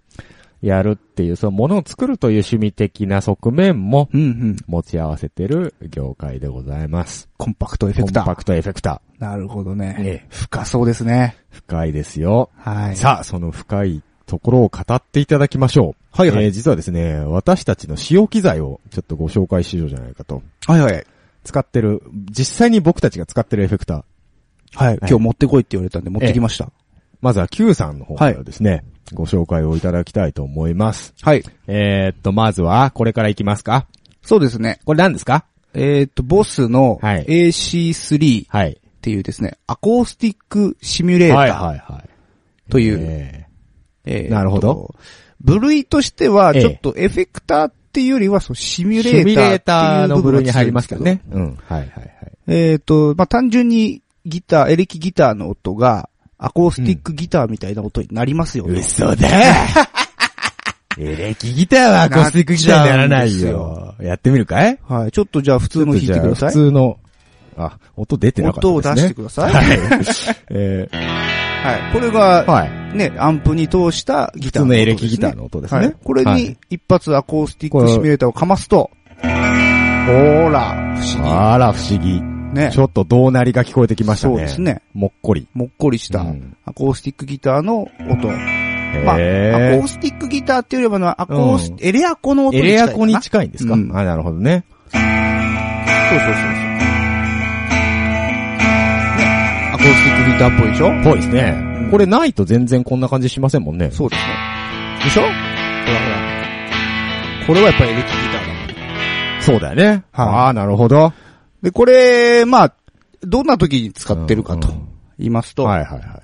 やるっていう、そのものを作るという趣味的な側面もうんうん。持ち合わせてる業界でございます。コンパクトエフェクタコンーパ。クトエフェクタなるほどー。ね。ええ深そうですね。深いですよ。はい。さあ、その深いところを語っていただきましょう。はいはいえー実はですね、私たちの使用機材をちょっとご紹介しようじゃないかと。はいはい。使ってる、実際に僕たちが使ってるエフェクター。はい。今日持ってこいって言われたんで持ってきました。まずは Q さんの方からですね、ご紹介をいただきたいと思います。はい。えー、っと、まずは、これからいきますかそうですね。これ何ですかえっ、と、ボスのはい AC3 っはい。ていうですね、アコースティックシミュレーはいタはいはい。ーという、ええーとなるほど。部類としては、ええちょっとエフェクターっていうよりは、そう、シミえュレシミュレーータターーっていのう部部分類がに入りますけどねついてるんで。うん。はいはいはい。すけど。えっ、と、まあ、単純にギター、エレキギターの音が、アコースティックギターみたいな音になりますよね。嘘だエレキギターはアコースティックギターにならないよ。やってみるかいはい。ちょっとじゃあ普通の弾いてください。普通の、あ、音出てなかったですね。音を出してください はい。えはい。これー、が、はい。ね、アンプに通したギ普ター通のの音ですね、エレキギターの音ですはねい。これはいに、一発アコースティックシミュレーターをかますと、ほら、不思あら、不思議。議。ねち。ょっと銅鳴りが聞こえてきましたね。そうですね。もっこり。もっこりしたうんアコースティックギターの音。まあ、アコへースティックギターっていうよりはな、アコースう、んエレアコの音ー。にエ近いレかな。アコに近いんですかあ、うんなるほどね。そうそうそうそう。ね。アコースティックギターっぽいでしょぽいですねうん。これないと全然こんな感じしませんもんね。そうですね。でしょほらほら。これはやっぱりエレキギターだ。そうだよね。はいああ、なるほど。で、これ、まあ、どんな時に使ってるかとうんうん言いますと、はいはいは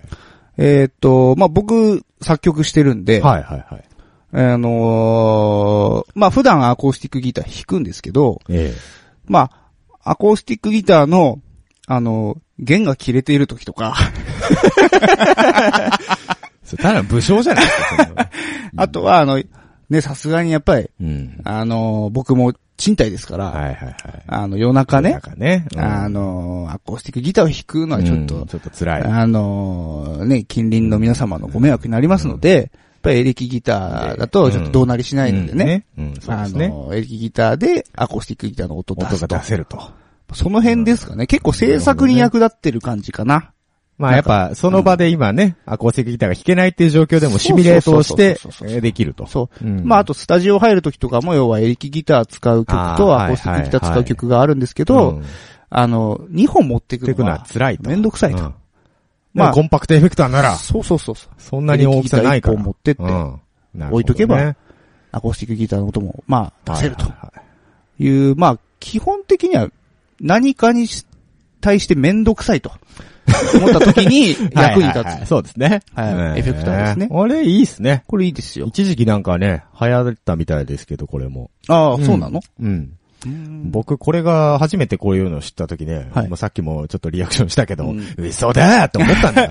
えーっと、まあ僕、作曲してるんで、い。はいはいはい。あのーまあ普段アコースティックギター弾くんですけど、えまあ、アコースティックギターの、あの、弦が切れている時とか、それただの武将じゃないですかそんなあとはあの、ね、さすがにやっぱり、うん。あの、僕も賃貸ですから、はいはいはい。あの、夜中なねん、かね。うんあの、アコースティックギターを弾くのはちょっと、うんちょっと辛い。あのね、近隣の皆様のご迷惑になりますので、やっぱりエレキギターだと、ちょっとどうなりしないのでね。うん。うんそうであすね。の、エレキギターでアコースティックギターの音を出音すがと出。せると。その辺ですかね。結構制作に役立ってる感じかな。まあやっぱ、その場で今ね、アコースティックギターが弾けないっていう状況でもシミュレートをしてそうそうそうそう、そうえーできると。そう。うんまあ、あとスタジオ入る時とかも、要はエレキギター使う曲とあーアコースティックギターはい使はうい曲があるんですけうどん、あの、2本持ってくてくののはは、辛いと。めんどくさいと。ままああ、コンパクトエフェクターなら、そうそうそうそう。そんなに大きさないから。エレキギター一う本持んなるほどね置いとけば、アコースティックギターの音も、まあ、出せるとはいはいはいいう、まあ、基本的には何かにし対してめんどくさいと思った時に役 にはいはいは立いつ。そうですね。はいうんエフェクターですねあれ、いいですね。これいいですよ。一時期なんかね、流行ったみたいですけど、これも。ああ、そうなのうん。僕、これが初めてこういうのを知ったときね、はいもうさっきもちょっとリアクションしたけど、うん嘘だーと思ったん だよ、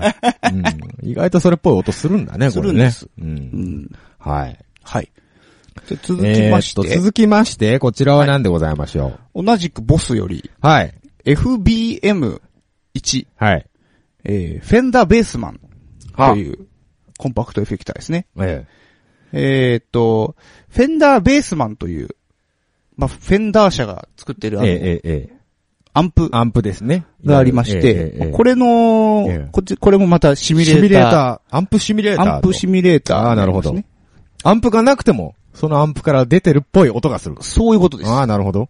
うん。意外とそれっぽい音するんだね、これね。するんですう。うんん。はい。はい。じゃあ続きえまーっしと、て、続きまして、こちらは何でございましょう。同じくボスよりはい。 FBM1、はい。えー、フェンダーベースマンはというコンパクトエフェクターですね。ええーっと、フェンダーベースマンという、まあ、フェンダー社が作ってえるえあのえええアンプアンプですね。がありましええて、ええこれの、ええこっち、これもまたシミュレーシミター。ュレーター。アンプシミュレーターと。アンプシミュレーター、あーなるほどアンプがなくても、そのアンプから出てるっぽい音がする。そういうことです。ああ、なるほど。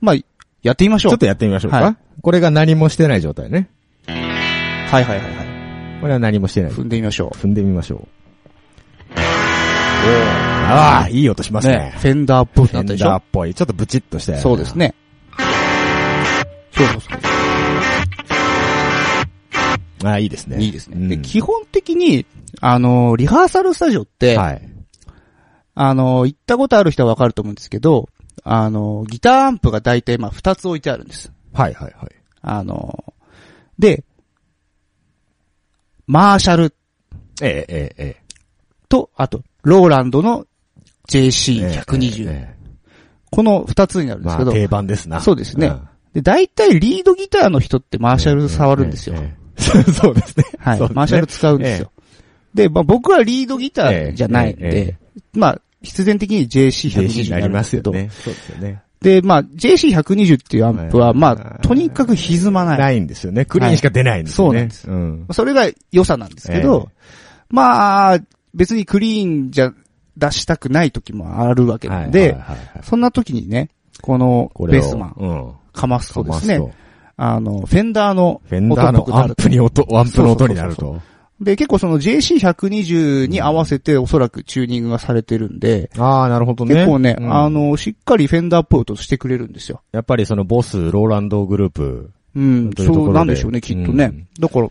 まあ、やってみましちょう。ょっとやってみましょうか。はこれが何もしてない状態ね。はいはいはいはい。これは何もしてない。踏んでみましょ踏んでみましょう。ああ、いい音しう。ますね。フェンダーっぽくフなェっンたでしダーょっぽい。ちょっとブチッとしたよそうです。ね。そうそうそう。ああ、いいですね。いいですね。うんで、基本的に、あのー、リハーサルスタジオって、はい。あのー、行ったことある人はわかると思うんですけど、あのー、ギターアンプが大体、まあ、二つ置いてあるんです。はい、はい、はい。あのー、で、マーシャルええ、ええ、えと、あと、ローランドのえ。 JC120。ええええこの二つになるんでますけあ、ど、定番ですな。そうですねんで、大体リードギターの人ってマーシャル触るんですよ。ええ ええそうですね。はい、そうですねマーシャル使うんですよ。で、まあ僕はリードギターじゃないんで、えええまあ必然的に JC に JC120 にななりりまますすけよど、ね。そうですよね。で、まあ JC120 っていうアンプは、ええまあとにかく歪まない。ないんですよね。クリーンしか出ないんですよね。はいそうん。それが良さなんですけど、まあ別にクリーンじゃ出したくない時もあるわけなんで、はいはいはいはいそんな時にね、このこベれをースマン、うん。かますとかでますすねと、。あの、フェンダーのフェンダーのアンプに音、アンプの音になるそと。で、結構その JC120 に合わせておそらくチューニングがされてるんで、ああ、なるほどね。結構ね、うんあ、の、しっかりフェンダーっぽい音してくれるんですよ。やっぱりそのボス、ローランドグループ。うん、というところでそうなんでしょうね、きっとうねん。だから、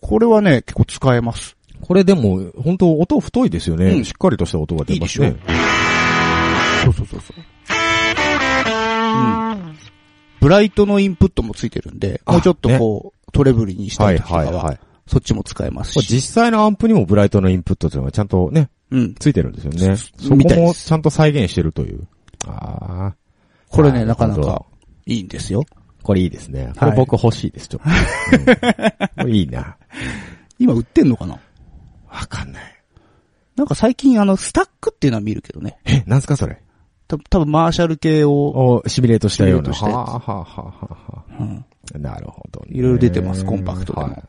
これはね、結構使えます。これでも、本当音太いですよね。うんしっかりとした音が出ますいいねで。そうそうそうそう。うん。ブライトのインプットもついてるんで、あもうちょっとこう、トレブリにしたはいい時とかは、はいはい。そっちも使えますこれし。実際のアンプにもブライトのインプットというのがちゃんとね、うん。ついてるんですよね。そこみたいでもすちゃんと再現してるという。ああ。これね、はいなかななるかほいいんですよ。これいいですね。これ僕欲しいです、ちょっ と。うんこれいいな。今売ってんのかなわかんない。なんか最近あの、スタックっていうのは見るけどね。え、なんすかそれ。た多分マーシャル系を、をシミュレートしたような。シミュレートはあはあはあはあはうんあなるほど、ね。いろいろ出てますコンパクトでもはい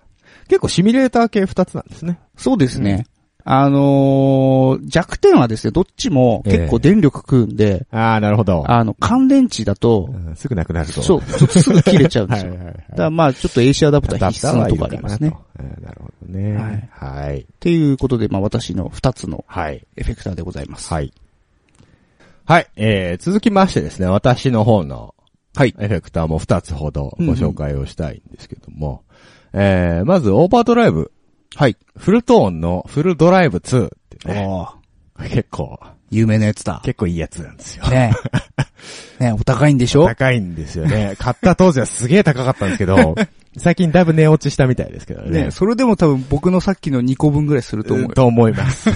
結構シミュレーター系二つなんですね。そうですね。あのー弱点はですね、どっちも結構電力食うんで、ああ、なるほど。あの、乾電池だとう、んすぐなくなると。そう、ちょっとすぐ切れちゃうんではすい よ。はいはい。だからまあ、ちょっと AC アダプター必須のとここありますね。っ。えーなるほどね。はい。ていうことで、まあ私の二つのはい。エフェクターでございます。はい。はい。えー、続きましてですね、私の方の、はい。エフェクターも二つほどご紹介をしたいんですけども、えー、まず、オーバードライブ。はい。フルトーンのフルドライブ2っていうね。ああ結構、有名なやつだ。結構いいやつなんですよ。 ねえ。ねえお高いんでしょ高いんですよね。 買った当時はすげえ高かったんですけ ど、最近だいぶ値落ちしたみたいですけどね。ねえそれでも多分僕のさっきの2個分ぐらいすると思うよ。と思い ます。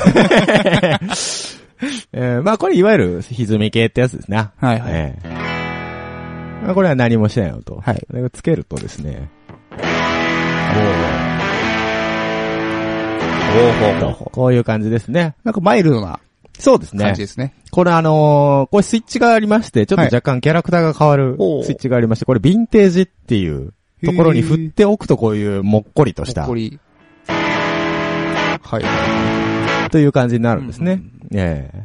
えーまあこれいわゆる歪み系ってやつですね。はいはいええまあこれは何もしないのと。はいこれをつけるとですね。ほとこういう感じですね。なんかマイルドなそうです感ねじ。ですね。これあのーこれスイッチがありまして、ちょっとはい若干キャラクターが変わるほうスイッチがありまして、これヴィンテージっていうところに振っておくとこういうもっこりとしたほっこりは い。という感じになるんですね。ええ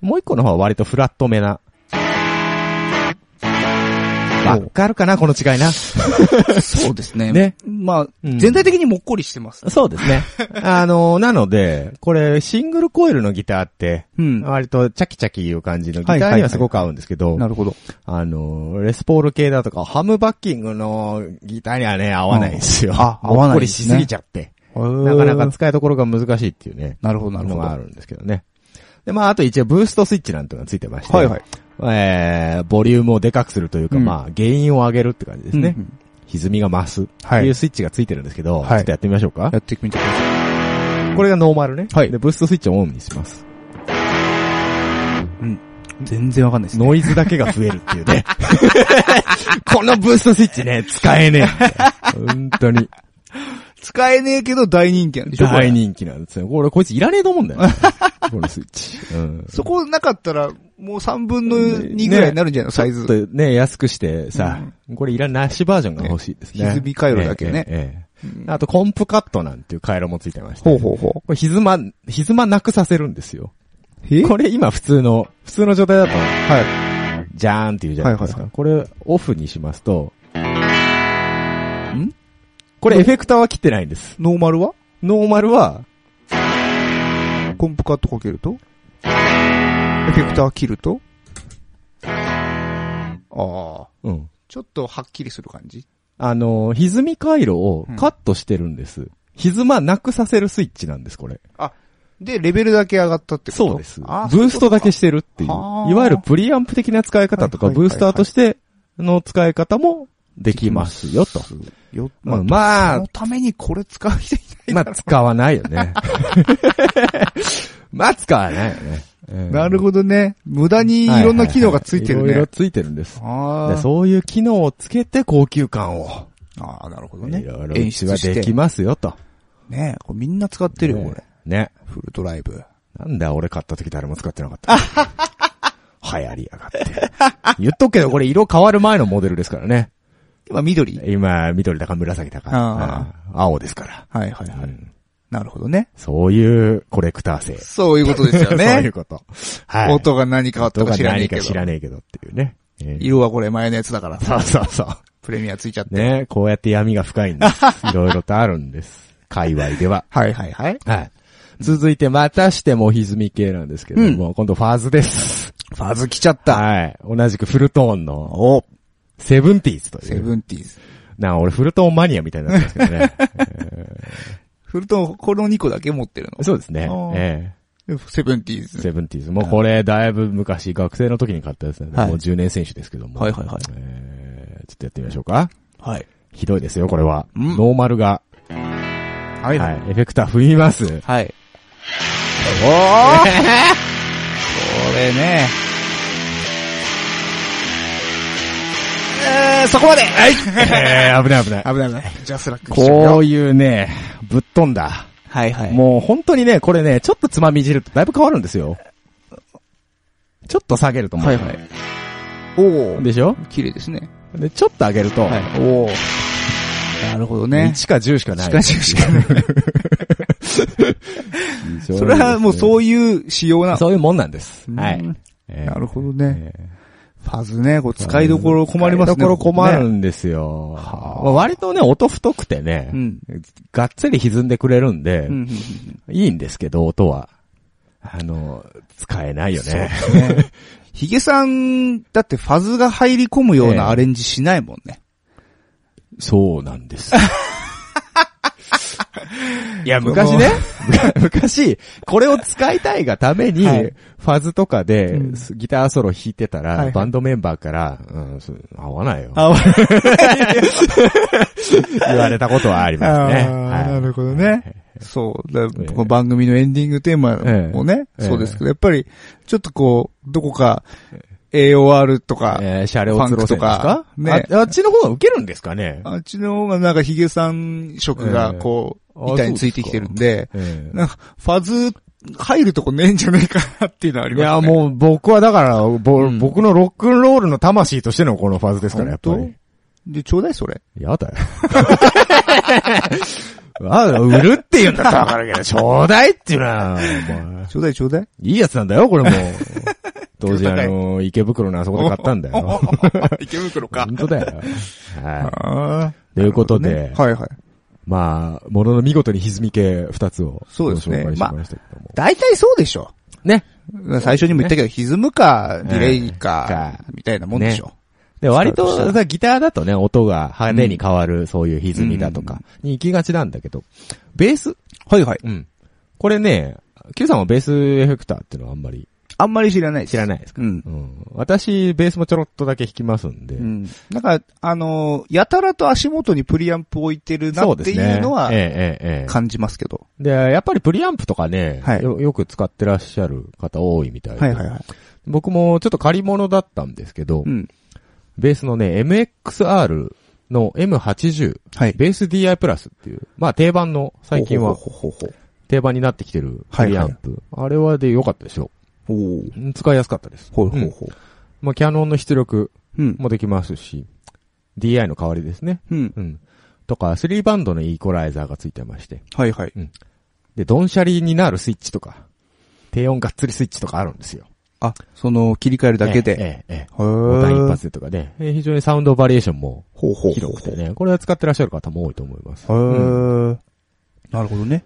もう一個の方は割とフラットめな。わかるかなこの違いな。そうですね。ねまあ、うん全体的にもっこりしてます。そうですね。あの、なので、これ、シングルコイルのギターって、うん。な割とチャキチャキいう感じのギタはいはいーはいにはすごく合うんですけど、るほど。あの、レスポール系だとか、ハムバッキングのギターにはね、合わないんですよ。あ合わないんですねもっこりしすぎちゃって。ななかなか使いどころが難しいっていうね、なるほど、なるのほど。があるんですけどね。で、まあ、あと一応、ブーストスイッチなんていうのがついてまして、はいはい。えー、ボリュームをでかくするというか、うんまあ、原因を上げるって感じですね。うんうん歪みが増す。ってはいいうスイッチがついてるんですけど、はいちょっとやってみましょうかや。ってみてください。これがノーマルね。はいで、ブーストスイッチをオンにします。全然わかんないですね。ノイズだけが増えるっていうね。 このブーストスイッチね、使えねえ。本当に。使えねえけど大人気なんでしょこ れ大人気なんですよ。これ、こいついらねえと思うん だよね。このスイッチ。うん。そこなかったら、もう3分の2ぐらいになるんじゃないの、サイズ。ちょっとね、安くしてさ、これいらなしバージョンが欲しいですね。ね歪み回路だけねええ。ええええあと、コンプカットなんていう回路もついてまして。ほうほうほこれ、歪ま、歪まなくさせるんですよ。う。えこれ今普通の、普通の状態だと、はい。じゃーんっていうじゃないですか。はこれ、オフにしますと、んこれエフェクターは切ってないんです。ノーマルはノーマルは、コンプカットかけるとエフェクター切るとああ。うん。ちょっとはっきりする感じあのー、歪み回路をカットしてるんです。歪まなくさせるスイッチなんです、これ。で、レベルだけ上がったってことそうです。ブあーそういーうスこトとかだけしてるっていう。はーいわゆるプリアンプ的な使い方とか、はいはいブはいーはスいターとしての使い方もできますよと。よ、ままあ、まあ、そあの、ためにこれ使う人いなまいだ あ、使わないよね。 まあ、使わないよね。うんなるほどね。無駄にいろんな機能がついてるはははいろいろね。ついてるんです。あでーそういう機能をつけて高級感を、あー、なるほどね。いろいろ演演出出がしてできますよと。ねこれみんな使ってるよ、これ。ね。フルドライブ。なんだよ俺買った時誰も使ってなか った。流行りやがって。言っとくけど、これ色変わる前のモデルですからね。今、緑。今、緑だか紫だか、あうん青ですから、はいはいはうい。んなるほどね。そういうコレクター性。そういうことですよ そういねう。こと。はい。音が何変わったとかか知らねえ何けかど。知らねえけどっていうね。ええ色はこれ前のやつだからそさ、うそうそう。プレミアついちゃって。ね、こうやって闇が深いんです。いろいろとあるんです。界隈では。はいはいはい。はい。続いて、またしても歪み系なんですけれども、今度ファーズです。ファズ来ちゃった。はい。同じくフルトーンの、お、セブンティーズといセう。ブンティーズ。なあ、俺フルトーンマニアみたいになってますけどね。フルトン、この2個だけ持ってるそうですねあー。えの。セブンティえ。ーズ。セブンティーズ。もうこれ、だいぶ昔、学生の時に買ったやつなんで、はいもう10年選手ですけども。はいはいはいええちょっとやってみましょうか。はい。ひどいですよ、これは。うんノーマルが。は。はいい。エフェクター踏みます。はい。おーこれね。えー、そこまではいええ危ない危ない。危ない危ない。ジャスラック一緒にやろこういうね、ぶっ飛んだ。うはいはい。もう本当にね、これね、ちょっとつまみじるとだいぶ変わるんですよ。ちょっと下げると思う。はいはい。おお。でしょ綺麗ですね。で、ちょっと上げると、はい。おお。なるほどね。 1か10しかない。しかししかない。それはもうそういう仕様なの。そういうもんなんです。うんはい。なるほどどね。。ファズね、こう使いどころ困りますね。使いどころ困こるんですよ。はあまあ割とね、音太くてねこね。、うん。がっつり歪んでくれるんでう、ん。いいんですけど、音は。あの、使えないよね。ね ヒゲさん、だってファズが入り込むようええなアレンジしないもんね。 そうなんです。いや、昔ね、 昔、これを使いたいがために、はいファズとかでうん、ギターソロ弾いてたら、はいはいバンドメンバーから、うん、そ合わないよ。あ、わ言われたことはありますね。あーはいなるほどね。そう。だええこの番組のエンディングテーマもね、ええそうですけど、やっぱり、ちょっとこう、どこか、AOR とか、えー、シャレオツロ線ですパンかクとかねああっちの方がウケるんですかねあっちの方がなんかヒゲさん色がこえう、え板についてきてるんで、えーなんか、ファズ入るとこねえんじゃねえかなっていうのはありいや、ますね。もう僕はだから、ぼうん僕のロックンロールの魂としてのこのファズですから、やっぱ本り。で、ちょうだいそれ。やだよ。 あ売るって言うんだっ たらわかるけど、ちょうだいっていうのは、お前ちょうだいちょうだい。いいやつなんだよ、 これも。当時あ高いの、池袋のあそこで買ったんだおお おおよ。池袋か本。当だよ。はああ。い。ということねで、はいはい。まあ、ものの見事に歪み系二つをごそうですね紹介しましたけども。大体そうでしょ。ね。最初にも言ったけど、歪むか、んディレイかか、みたいなもんでしょ。で、割そうでとすさ、ギターだとね、音が派手に変わる、そういう歪みだとか、に行きがちなんだけど、ベースはいはい。うん。これね、Q さんはベースエフェクターっていうのはあんまりあんまり知らないです。知らなない。いですかうん。うん。私、ベースもちょろっとだけ弾きますんで。うん。なんか、あのーやたらと足元にプリアンプ置いてるなそうっでてすね。いうのはええ、ええええ感じますけど。で、やっぱりプリアンプとかね、はいよよく使ってらっしゃる方多いみたいで。はいはいはい。僕もちょっと借り物だったんですけど、うん。ベースのね、MXR の M80、はい。ベース DI プラスっていう、まあ定番の、最近はほほほ定番になってきてるプリアンプ。あれはで良かったでしょほほう。うん使いやすかったです。ほううほうんほまあキャノンの出力う。うん。もできますし、DI の代わりですね。うん。うん。とか、3バンドのイコライザーがついてまして。はいはい。で、ドンシャリになるスイッチとか、低音がっつりスイッチとかあるんですよ。あ、その、切り替えるだけで。へええ、ええ、ええ。ボタン一ー。発でとかね、えー非常にサウンドバリエーションもほうほうほう。広くてね、これは使ってらっしゃる方も多いと思います。へー。なるほどね。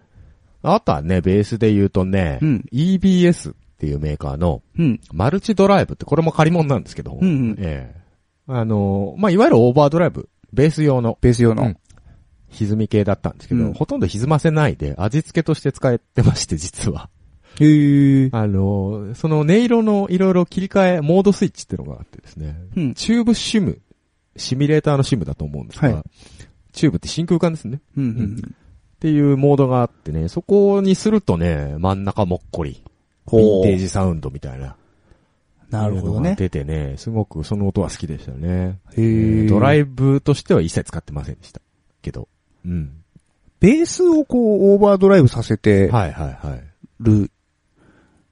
あとはね、ベースで言うとね、うん EBS っていうメーカーのうん。マルチドライブって、これも借り物なんですけど、うんうんええあのーまあ、いわゆるオーバードライブ、ベース用のベース用の。うん歪み系だったんですけど、うんほとんど歪ませないで味付けとして使ってまして、実は。へー。あのーその音色のいろいろ切り替え、モードスイッチっていうのがあってですね、うん。チューブシム、シミュレーターのシムだと思うんですが、はいチューブって真空管ですね。うんううんん。っていうモードがあってね、そこにするとね、真ん中もっこり、ヴィンテージサウンドみたいな。なるいほどうのがね。出てね、すごくその音は好きでしたね。へードライブとしては一切使ってませんでした。けど。うん。ベースをこう、オーバードライブさせてはいはいはい。る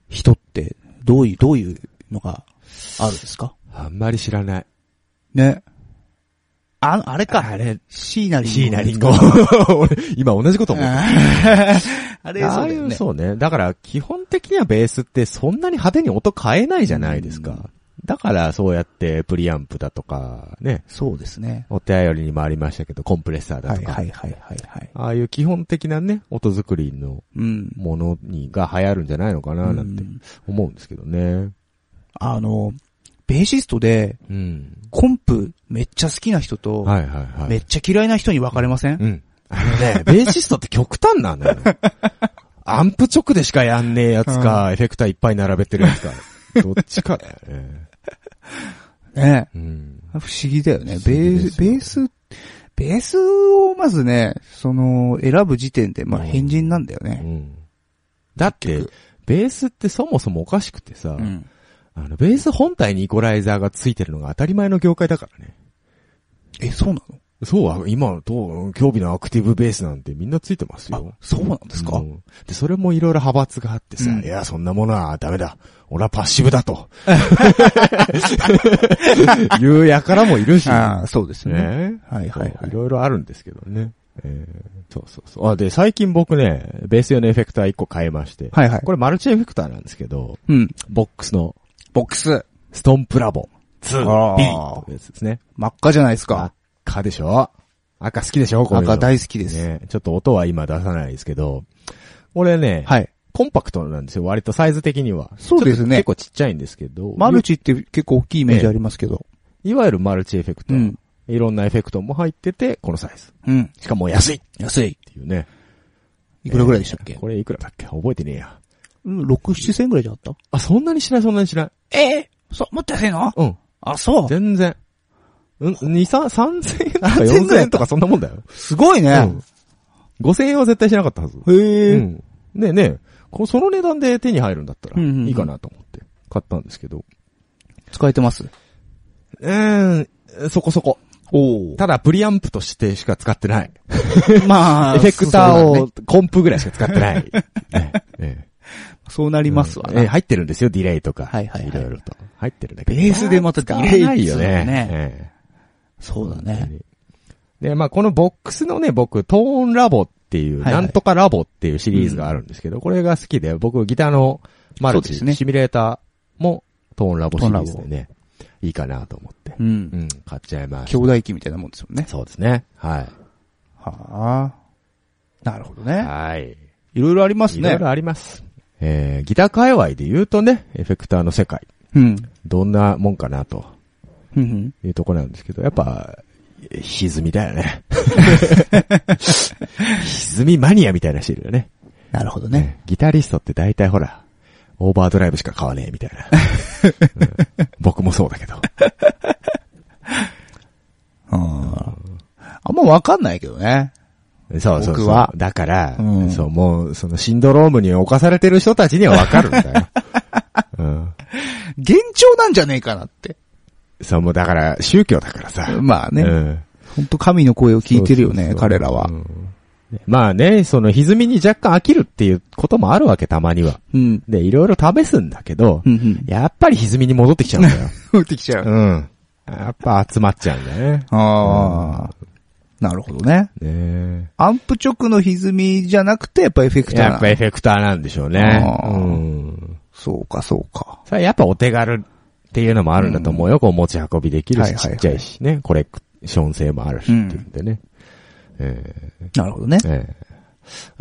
人って、どういう、どういうのがあるんですかあんまり知らない。ね。あ、あれか。あれ、シーナリンゴ。シーナリ ンゴ。俺、今同じこと思った。あ れ、あそあうだいよう、ね。そうね。だから、基本的にはベースってそんなに派手に音変えないじゃないですうんか。だから、そうやってプリアンプだとか、ね、そうですね。お手頼りにもありましたけど、コンプレッサーだはいとか。はいはいはいはい。ああいう基本的なね、音作りのうん。ものにが流行るんじゃないのかな、なんてうん思うんですけどね。あの、ベーシストで、うん。コンプめっちゃ好きな人と、はいはいはい。めっちゃ嫌いな人に分かれません、うん。あのね、ベーシストって極端なの よ。アンプ直でしかやんねえやつか、エフェクターいっぱい並べてるやつか。どっちかだよね。ねうん。不思議だよね。不ベ思議ーでス、すベよース、ベースをまずね、その、選ぶ時点で、まあ、うん変人なんだようね。ん。だって、ベースってそもそもおかしくてさ、うん。あの、ベース本体にイコライザーがついてるのが当たり前の業界だからね。え、そうなのそうは、今、どう、競技のアクティブベースなんてみんなついてますよあ。、そうなんですか、うんで、それもいろいろ派閥があってさ、うんいや、そんなものはダメだ。俺はパッシブだと。いうやからもいるし。ああ、そうですね。ね。はいはいはいいろいろあるんですけどね。えーそうそうそう。あ、で、最近僕ね、ベース用のエフェクター1個変えまして。はいはい。これマルチエフェクターなんですけど、うん。ボックスのボックス。ストンプラボあ2ービリッというやつですね。真っ赤じゃないですか。赤でしょ赤好きでしょこういうの赤大好きです。ね。ちょっと音は今出さないですけど、これね、はい。コンパクトなんですよ、割とサイズ的には。そうでちょすねっと結構ちっちゃいんですけど。マルチって結構大きいイメージありますけど。いいわゆるマルチエフェクト。うん。いろんなエフェクトも入ってて、このサイズ。うん。しかも安いっ安い。ていうね。いくらぐらいでしたっけ、これいくらだっけ覚えてねえや。うん、6、7千ぐらいじゃなかっあ、そんなにしないそんなにしない。たえー、そう、もっと安いのうん。あ、そう。全然。うん、2、3、三千円とか3000 4000円とかそんなもんだよ。すごいね。うん。5000円は絶対しなかったはず。へえ、うん。でね、こうその値段で手に入るんだったらうんうんうんいいかなと思って買ったんですけど。使えて ます。うーん、そこそこ。おただ、プリアンプとしてしか使ってない。まあ、エフェクターそうだをねコンプぐらいしか使って ない。ねえそうなりますわええね。入ってるんですよ、ディレイとか。はいはいはいろいろと。入ってるんだけベど。ースでまたディレイ使わないよっつうのねね。ええそうだね。。で、まあこのボックスのね、僕、トーンラボっていう、はいはいなんとかラボっていうシリーズがあるんですけど、これが好きで、僕ギターのマルチ、そうですねシミュレーターもトーンラボシリーズでね、いいかなと思って。う。うんん、買っちゃいまし兄た。弟機みたいなもんですよね。そうですね。ははあ。なるほどい。ね。はい。いろいろありますいろねい。ろあります。えー、ギター界隈で言うとね、エフェクターの世界、うん。どんなもんかなとうんうん。いうところなんですけど、やっぱ、え歪みだよ ね。歪みマニアみたいな人いるよね。なるほどね。ギタリストって大体ほら、オーバードライブしか買わねえみたい な。うん僕もそうだけど。うん。あんまわかんないけどね。そうそうそう。僕はだから、うんそう、もう、そのシンドロームに侵されてる人たちにはわかるんだ よ。うん。幻聴なんじゃねえかなって。そう、もうだから、宗教だからさ。まあうね。んほんと神の声を聞いてるよね、そうそうそう彼らはう。んまあね、その歪みに若干飽きるっていうこともあるわけ、たまには。うん。で、いろいろ試すんだけど、うんうん。やっぱり歪みに戻ってきちゃうんだよ。降ってきちゃ う。うん。やっぱ集まっちゃうんだね。ああ。なるほどね。ねえ。アンプ直の歪みじゃなくて、やっぱエフェクターな。やっぱエフェクターなんでしょうね。あーうん。そうか、そうか。それはやっぱお手軽っていうのもあるんだと思うよ。こう持ち運びできるはいし、はいちっちゃはいいしね。コレクション性もあるしっていうんでね。えなるほどね。ええ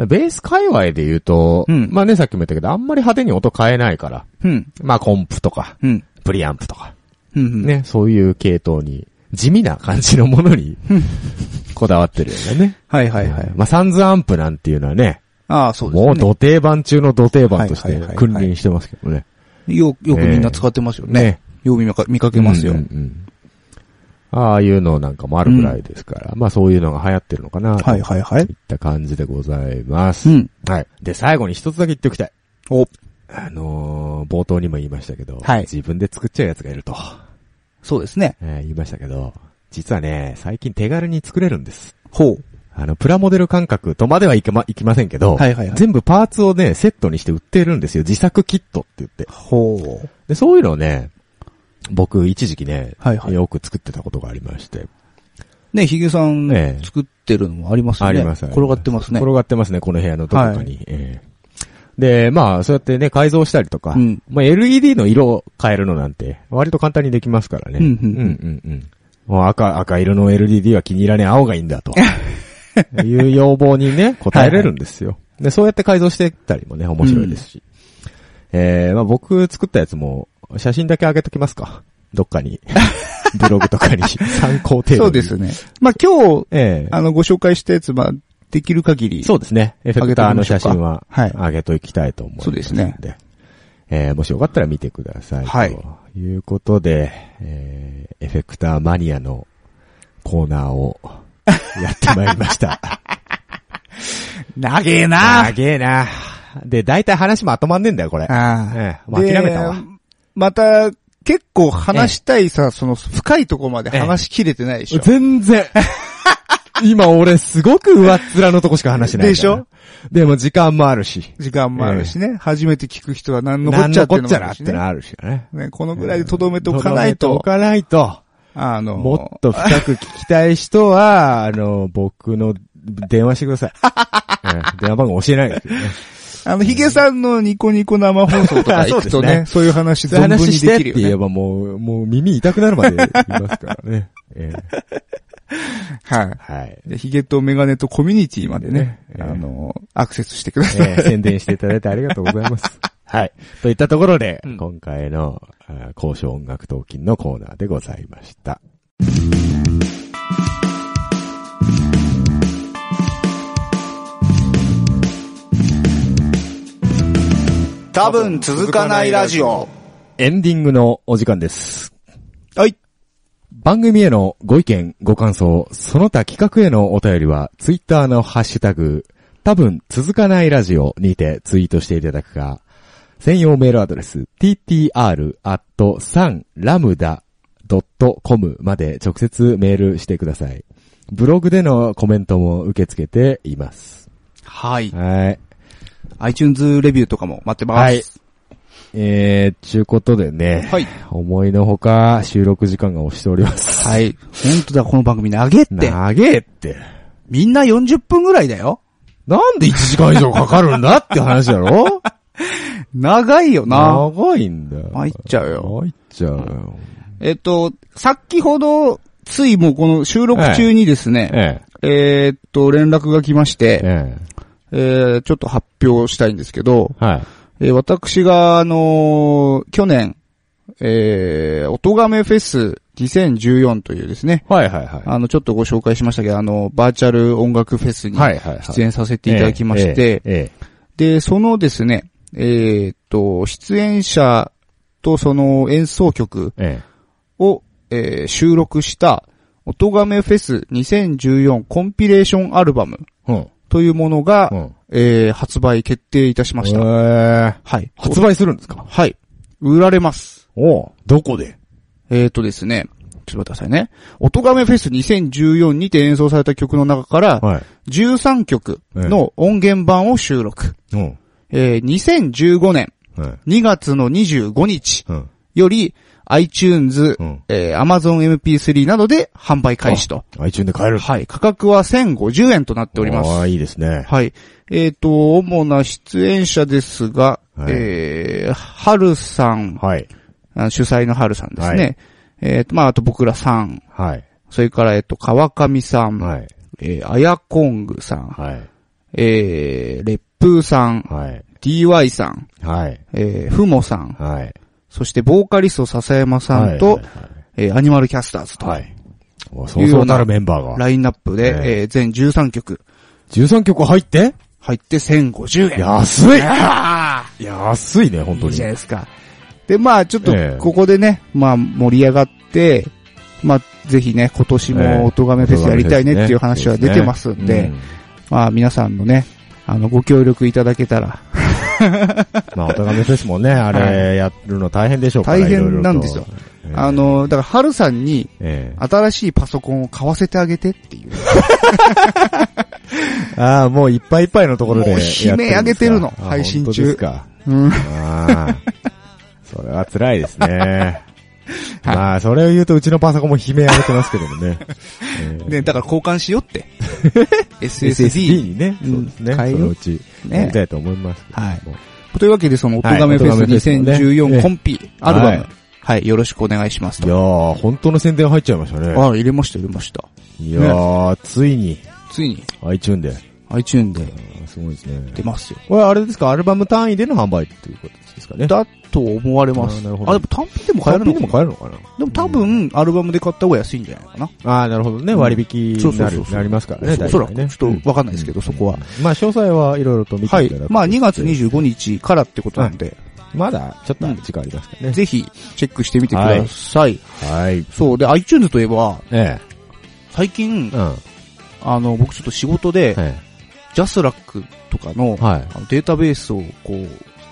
えベース界隈で言うと、うんまあね、さっきも言ったけど、あんまり派手に音変えないから、うん。まあコンプとか、うん。プリアンプとか、うんうん。ね、そういう系統に、地味な感じのものに、こだわってるよね。はいはいはい。まあサンズアンプなんていうのはね、ああ、そうですね。もう土定番中の土定番としてはいはいはいはい君臨してますけどね。よ、よくみんな使ってますよね。ねよく見か見かけますよ。うんうんうんああいうのなんかもあるぐらいですから、まあそういうのが流行ってるのかな、とはいいっはいはい。た感じでございます。うん。はい。で、最後に一つだけ言っておきたい。お、あのー、冒頭にも言いましたけど、はい自分で作っちゃうやつがいると、そうですね。えー言いましたけど、実はね、最近手軽に作れるんです。ほう。ああの、プラモデル感覚とまではいけま、いきませんけど、はいはいはい全部パーツをね、セットにして売ってるんですよ。自作キットって言って。ほう。で、そういうのをね、僕一時期ね、はいはいよく作ってたことがありまして。ね、ひげさん、ええ作ってるのもありますね。ありますあります転がってますね。転がってますね、この部屋のどこかに。ええで、まあ、そうやってね、改造したりとか、うんまあ、LED の色を変えるのなんて、割と簡単にできますからね。うんうんうんうんうんもう赤、赤色の LED は気に入らねえ、青がいいん だと。いう要望にね、応えれるんですよ。で、そうやって改造してったりもね、面白いですし。えー、まあ僕作ったやつも、写真だけ上げときますか。どっか に。ブログとかに、参考程度に。そうです。ね。まあ、今日、ええあの、ご紹介したやつ、まあ、できる限り。そうですね。エフェクターの写真は、はい上げといきたいと思います。そうですね。えー、もしよかったら見てください。はいということで、えー、エフェクターマニアのコーナーをやってまいりま した。長えなあ長えな。で、大体話もまとまんねえんだよ、これ。あ。ええもう諦めたわで。また、結構話したいさ、その深いところまで話しきれてないでしょ。全 然。今俺すごく上っ面のとこしか話してないから。でしょでも時間もあるし。時間もあるしね、初めて聞く人は何のこ残っっちちゃゃってこいうっのちもゃあなるっしてねのあるしね。ね、このぐらいでとどめておかないとどめとてお、かないと。あの、もっと深く聞きたい人は、あの、僕の電話してくだ さい。ええ電話番号教えないですけどね。あの、ヒゲさんのニコニコ生放送とか行く とそうですね、ねそういう話そういう 存分話にしてでっきてる言えよね。ばもう、もう耳痛くなるまで言いますから ね。ええはい。はい。でヒゲとメガネとコミュニティまでね、ええあの、アクセスしてください。えー宣伝していただいてありがとうござい ます。はい。といったところで、ん今回の、あー交渉音楽闘金のコーナーでございました。多分続かないラジオ。エンディングのお時間です。はい。番組へのご意見、ご感想、その他企画へのお便りは、ツイッターのハッシュタグ、多分続かないラジオにてツイートしていただくか、専用メールアドレス、ttr.sanlamda.com まで直接メールしてください。ブログでのコメントも受け付けています。はい。はい。 iTunes レビューとかも待ってます。はいえー、ちゅうことでね、はい。思いのほか収録時間が押しております。はい。本当だ、この番組長げって。長えって。みんな40分ぐらいだよ。なんで1時間以上かかるんだって話だろ長いよ な。長いんだよ。参っちゃうよ。参っちゃうよ。えっと、さっきほど、ついもうこの収録中にですね、ええーっと、連絡が来ましえ。て、ええーちょっと発表したいんですけど、え。はい。えー私が、あのー去年、えー、おとがめフェス2014というですね、はいはいはい。あの、ちょっとご紹介しましたけど、あの、バーチャル音楽フェスにはいはいはい。出演させていただきまして、ええ、えで、そのですね、えーっと、出演者とその演奏曲え、えを、えー収録した、おとがめフェス2014コンピレーションアルバムえ。うん。というものが、うん。えー発売決定いたしました。ええ。はい。発売するんですかはい。売られます。おうどこでえーっとですね、ちょっと待ってくださいね。おとがめフェス2014にて演奏された曲の中から、はい。 13曲の音源版を収録。うん。えー2015年うん。 2月の25日うん。より iTunes、うん。えー Amazon MP3 などで販売開始と。 iTune で買える。はい。価格は1050円となっております。ああ、いいですね。はい。えっ、と、主な出演者ですが、はいえー、はるさん、はい。あ主催のはるさんですね。はえっ、と、まあ、あと僕らさん、はい。それから、えっ、と、川上さん、はい。えー、あやこんぐさん、はい。えー、れっぷーさん、はい。 DY さん、はい。えー、ふもさん、はい。そしてボーカリスト笹山さんと、はいはいはいえーアニマルキャスターズと、はい。そうそうたるメンバーが。ラインナップで、ええー全13曲13曲入って入って1050円。安いあー安いね、本当いいにじゃ。ないですか。で、まあちょっとええ、ここでね、まあ盛り上がって、まあぜひね、今年ええもおとがめフェスやりたいねっていう話は出てますんで、まあ皆さんのね、あの、ご協力いただけたら、まあ、お互いフェスもね、あれ、やるの大変でしょうから大変なんです。よい。ろいろとあ、の、だから、春さんに、ええ新しいパソコンを買わせてあげてっていう。ええああ、もういっぱいいっぱいのところでやもっうてるんですか。悲鳴上げてるのあ配信中本当ですか。うんああ。それは辛いですね。 はいまあ、それを言うとうちのパソコンも悲鳴上げてますけども ね。ええね、だから交換しようって。 SSD SSD。にね、うんそうですね、変えようそのうち、ねやりたいと思いますけども。はいというわけで、その、おとはいがめフェスおとがめフェスのねえ2014えコンピアルバはムい。はい、よろしくお願いしますいと。やあー、本当の宣伝入っちゃいましたね。あ、入れました、入れました。いやー、ついについに、 iTune で。 iTune でうんすごいですね。出ますよ。これあれですか、アルバム単位での販売っていうことですかね。だと思われます。あーなあ、でるほもど単品でも買えるのでかもな買えるのかなでも多分、アルバムで買った方が安いんじゃないかな。ああ、なるほどね。うん割引になそるうそうそう、そうなりますからね。おそら大体く、ちねょっとわかんないですけど、そこは。。まあ、詳細はいろいろと見てはいいただく。。まあ、2月25日からってことなんで、まだ、ちょっと時間ありますからね。ぜひ、チェックしてみてください。はい。そう。で、iTunes といえば、え最近え。う、ん。はあの、僕ちょっと仕事で、ジャスラックとかのい。はい。あのデータベースをこう、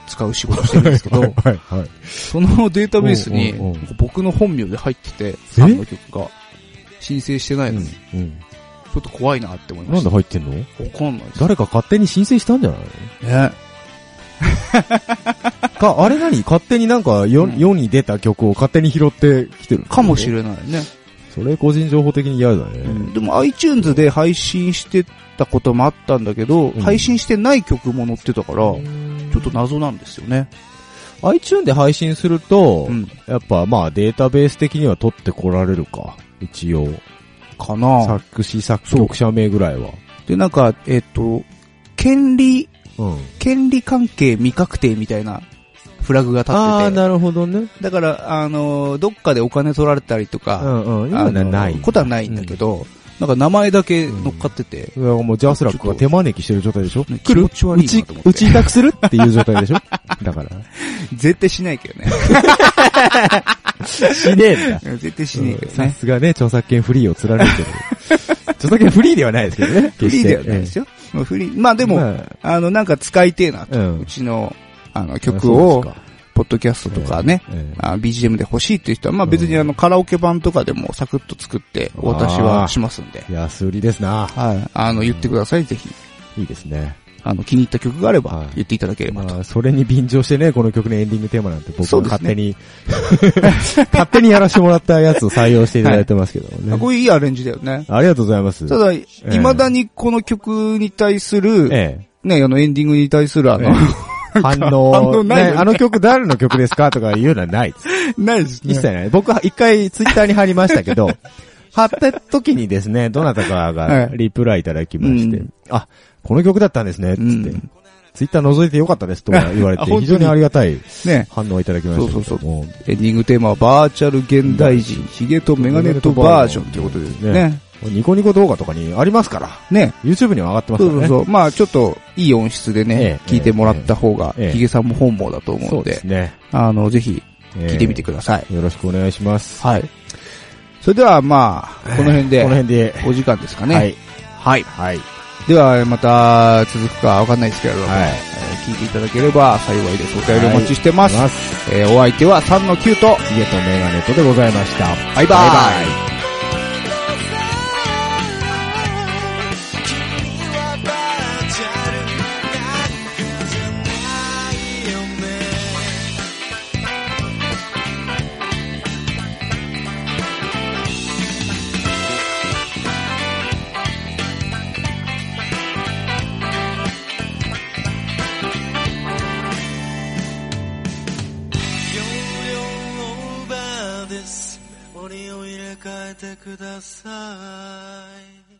使う仕事してるんですけど、はい。はい。そのデータベースにおうおうお僕の本名で入ってて、さんの曲が申請してないのに、ちうん。ょっと怖いなって思いまなしんた。で入ってんのわかんないです。誰か勝手に申請したんじゃないね。のか、あれ何勝手になんか世うん世に出た曲を勝手に拾ってきてるかもしん。れないね。それ個人情報的に嫌だうね。んでも iTunes で配信してたこともあったんだけど、うん配信してない曲も載ってたから、ちちょっと謎なんですよね。 iTune で配信すると、うん。やっぱまあデータベース的には取ってこられるか。一応。かな作詞作曲者名ぐらいは。で、なんか、えっ、と、権利、うん。権利関係未確定みたいなフラグが立ってて。ああ、なるほどね。だから、あのーどっかでお金取られたりとうか、んうん。あ今のーない。ことはないんだけど、なんか名前だけ乗っかってて、だからもうジャスラックが手招きしてる状態でしょね来る気持ち悪ういなちと思っ、てうち委託するっていう状態 でしょだから。絶対しないけどね。 しねえんだ。絶対しねえけどさね。すがね、著作権フリーを貫い てる。著作権フリーではないですけどね。フ決しリーてではないですよ。もうフリー。まあでも、まああの、なんか使いてえなと。ううんちの、あの、曲を、ポッドキャストとかね、ええあ BGM で欲しいっていう人は、まあ別にあの、カラオケ版とかでもサクッと作って、お渡しはしますんで。安売りですな。はい。あの、言ってください、ぜひ。いいですね。あの、気に入った曲があればはい、言っていただければと。まあ、それに便乗してね、この曲のエンディングテーマなんて僕そはうです勝ね手に、 勝手にやらせてもらったやつを採用していただいてますけどもね。あこれいいアレンジだよね。ありがとうございます。ただ、未だにこの曲に対する、えね、あの、エンディングに対するあえの、え、反反応、応ないよね、ねあの曲誰の曲ですかとか言うのはないです。 ないです 一切ない。僕は一回ツイッターに貼りました けど、貼った時にですね、どなたかがはいリプライいただきまして、うんあ、この曲だったんですね、つって。うんツイッター覗いてよかったですとか言われあて、本当に非常にありがたいね。反応をいただきましたけども。そうそうエンディングテーマはバーチャル現代人、ヒゲとメガネとバージョンということですね。ニコニコ動画とかにありますから、ね。 YouTube には上がってますそかうらそうね。そう。まあちょっと、いい音質でえね、え聞いてもらった方が、ええヒゲさんも本望だと思うそのうで、ですね。あの、ぜひ、聞聞いてみてください。よろしくお願いします。はい。それでは、まあ、この辺こので、辺で、お時間ですかね。はい。はい。はい。では、また続くかわかんないですけれども、はいえー聞いていただければ幸いです。お便りお待ちしてます。ます。えーお相手は3の9と、ヒゲとメガネとでございました。バイババイバイイ4オーバーです折を入れ替えてください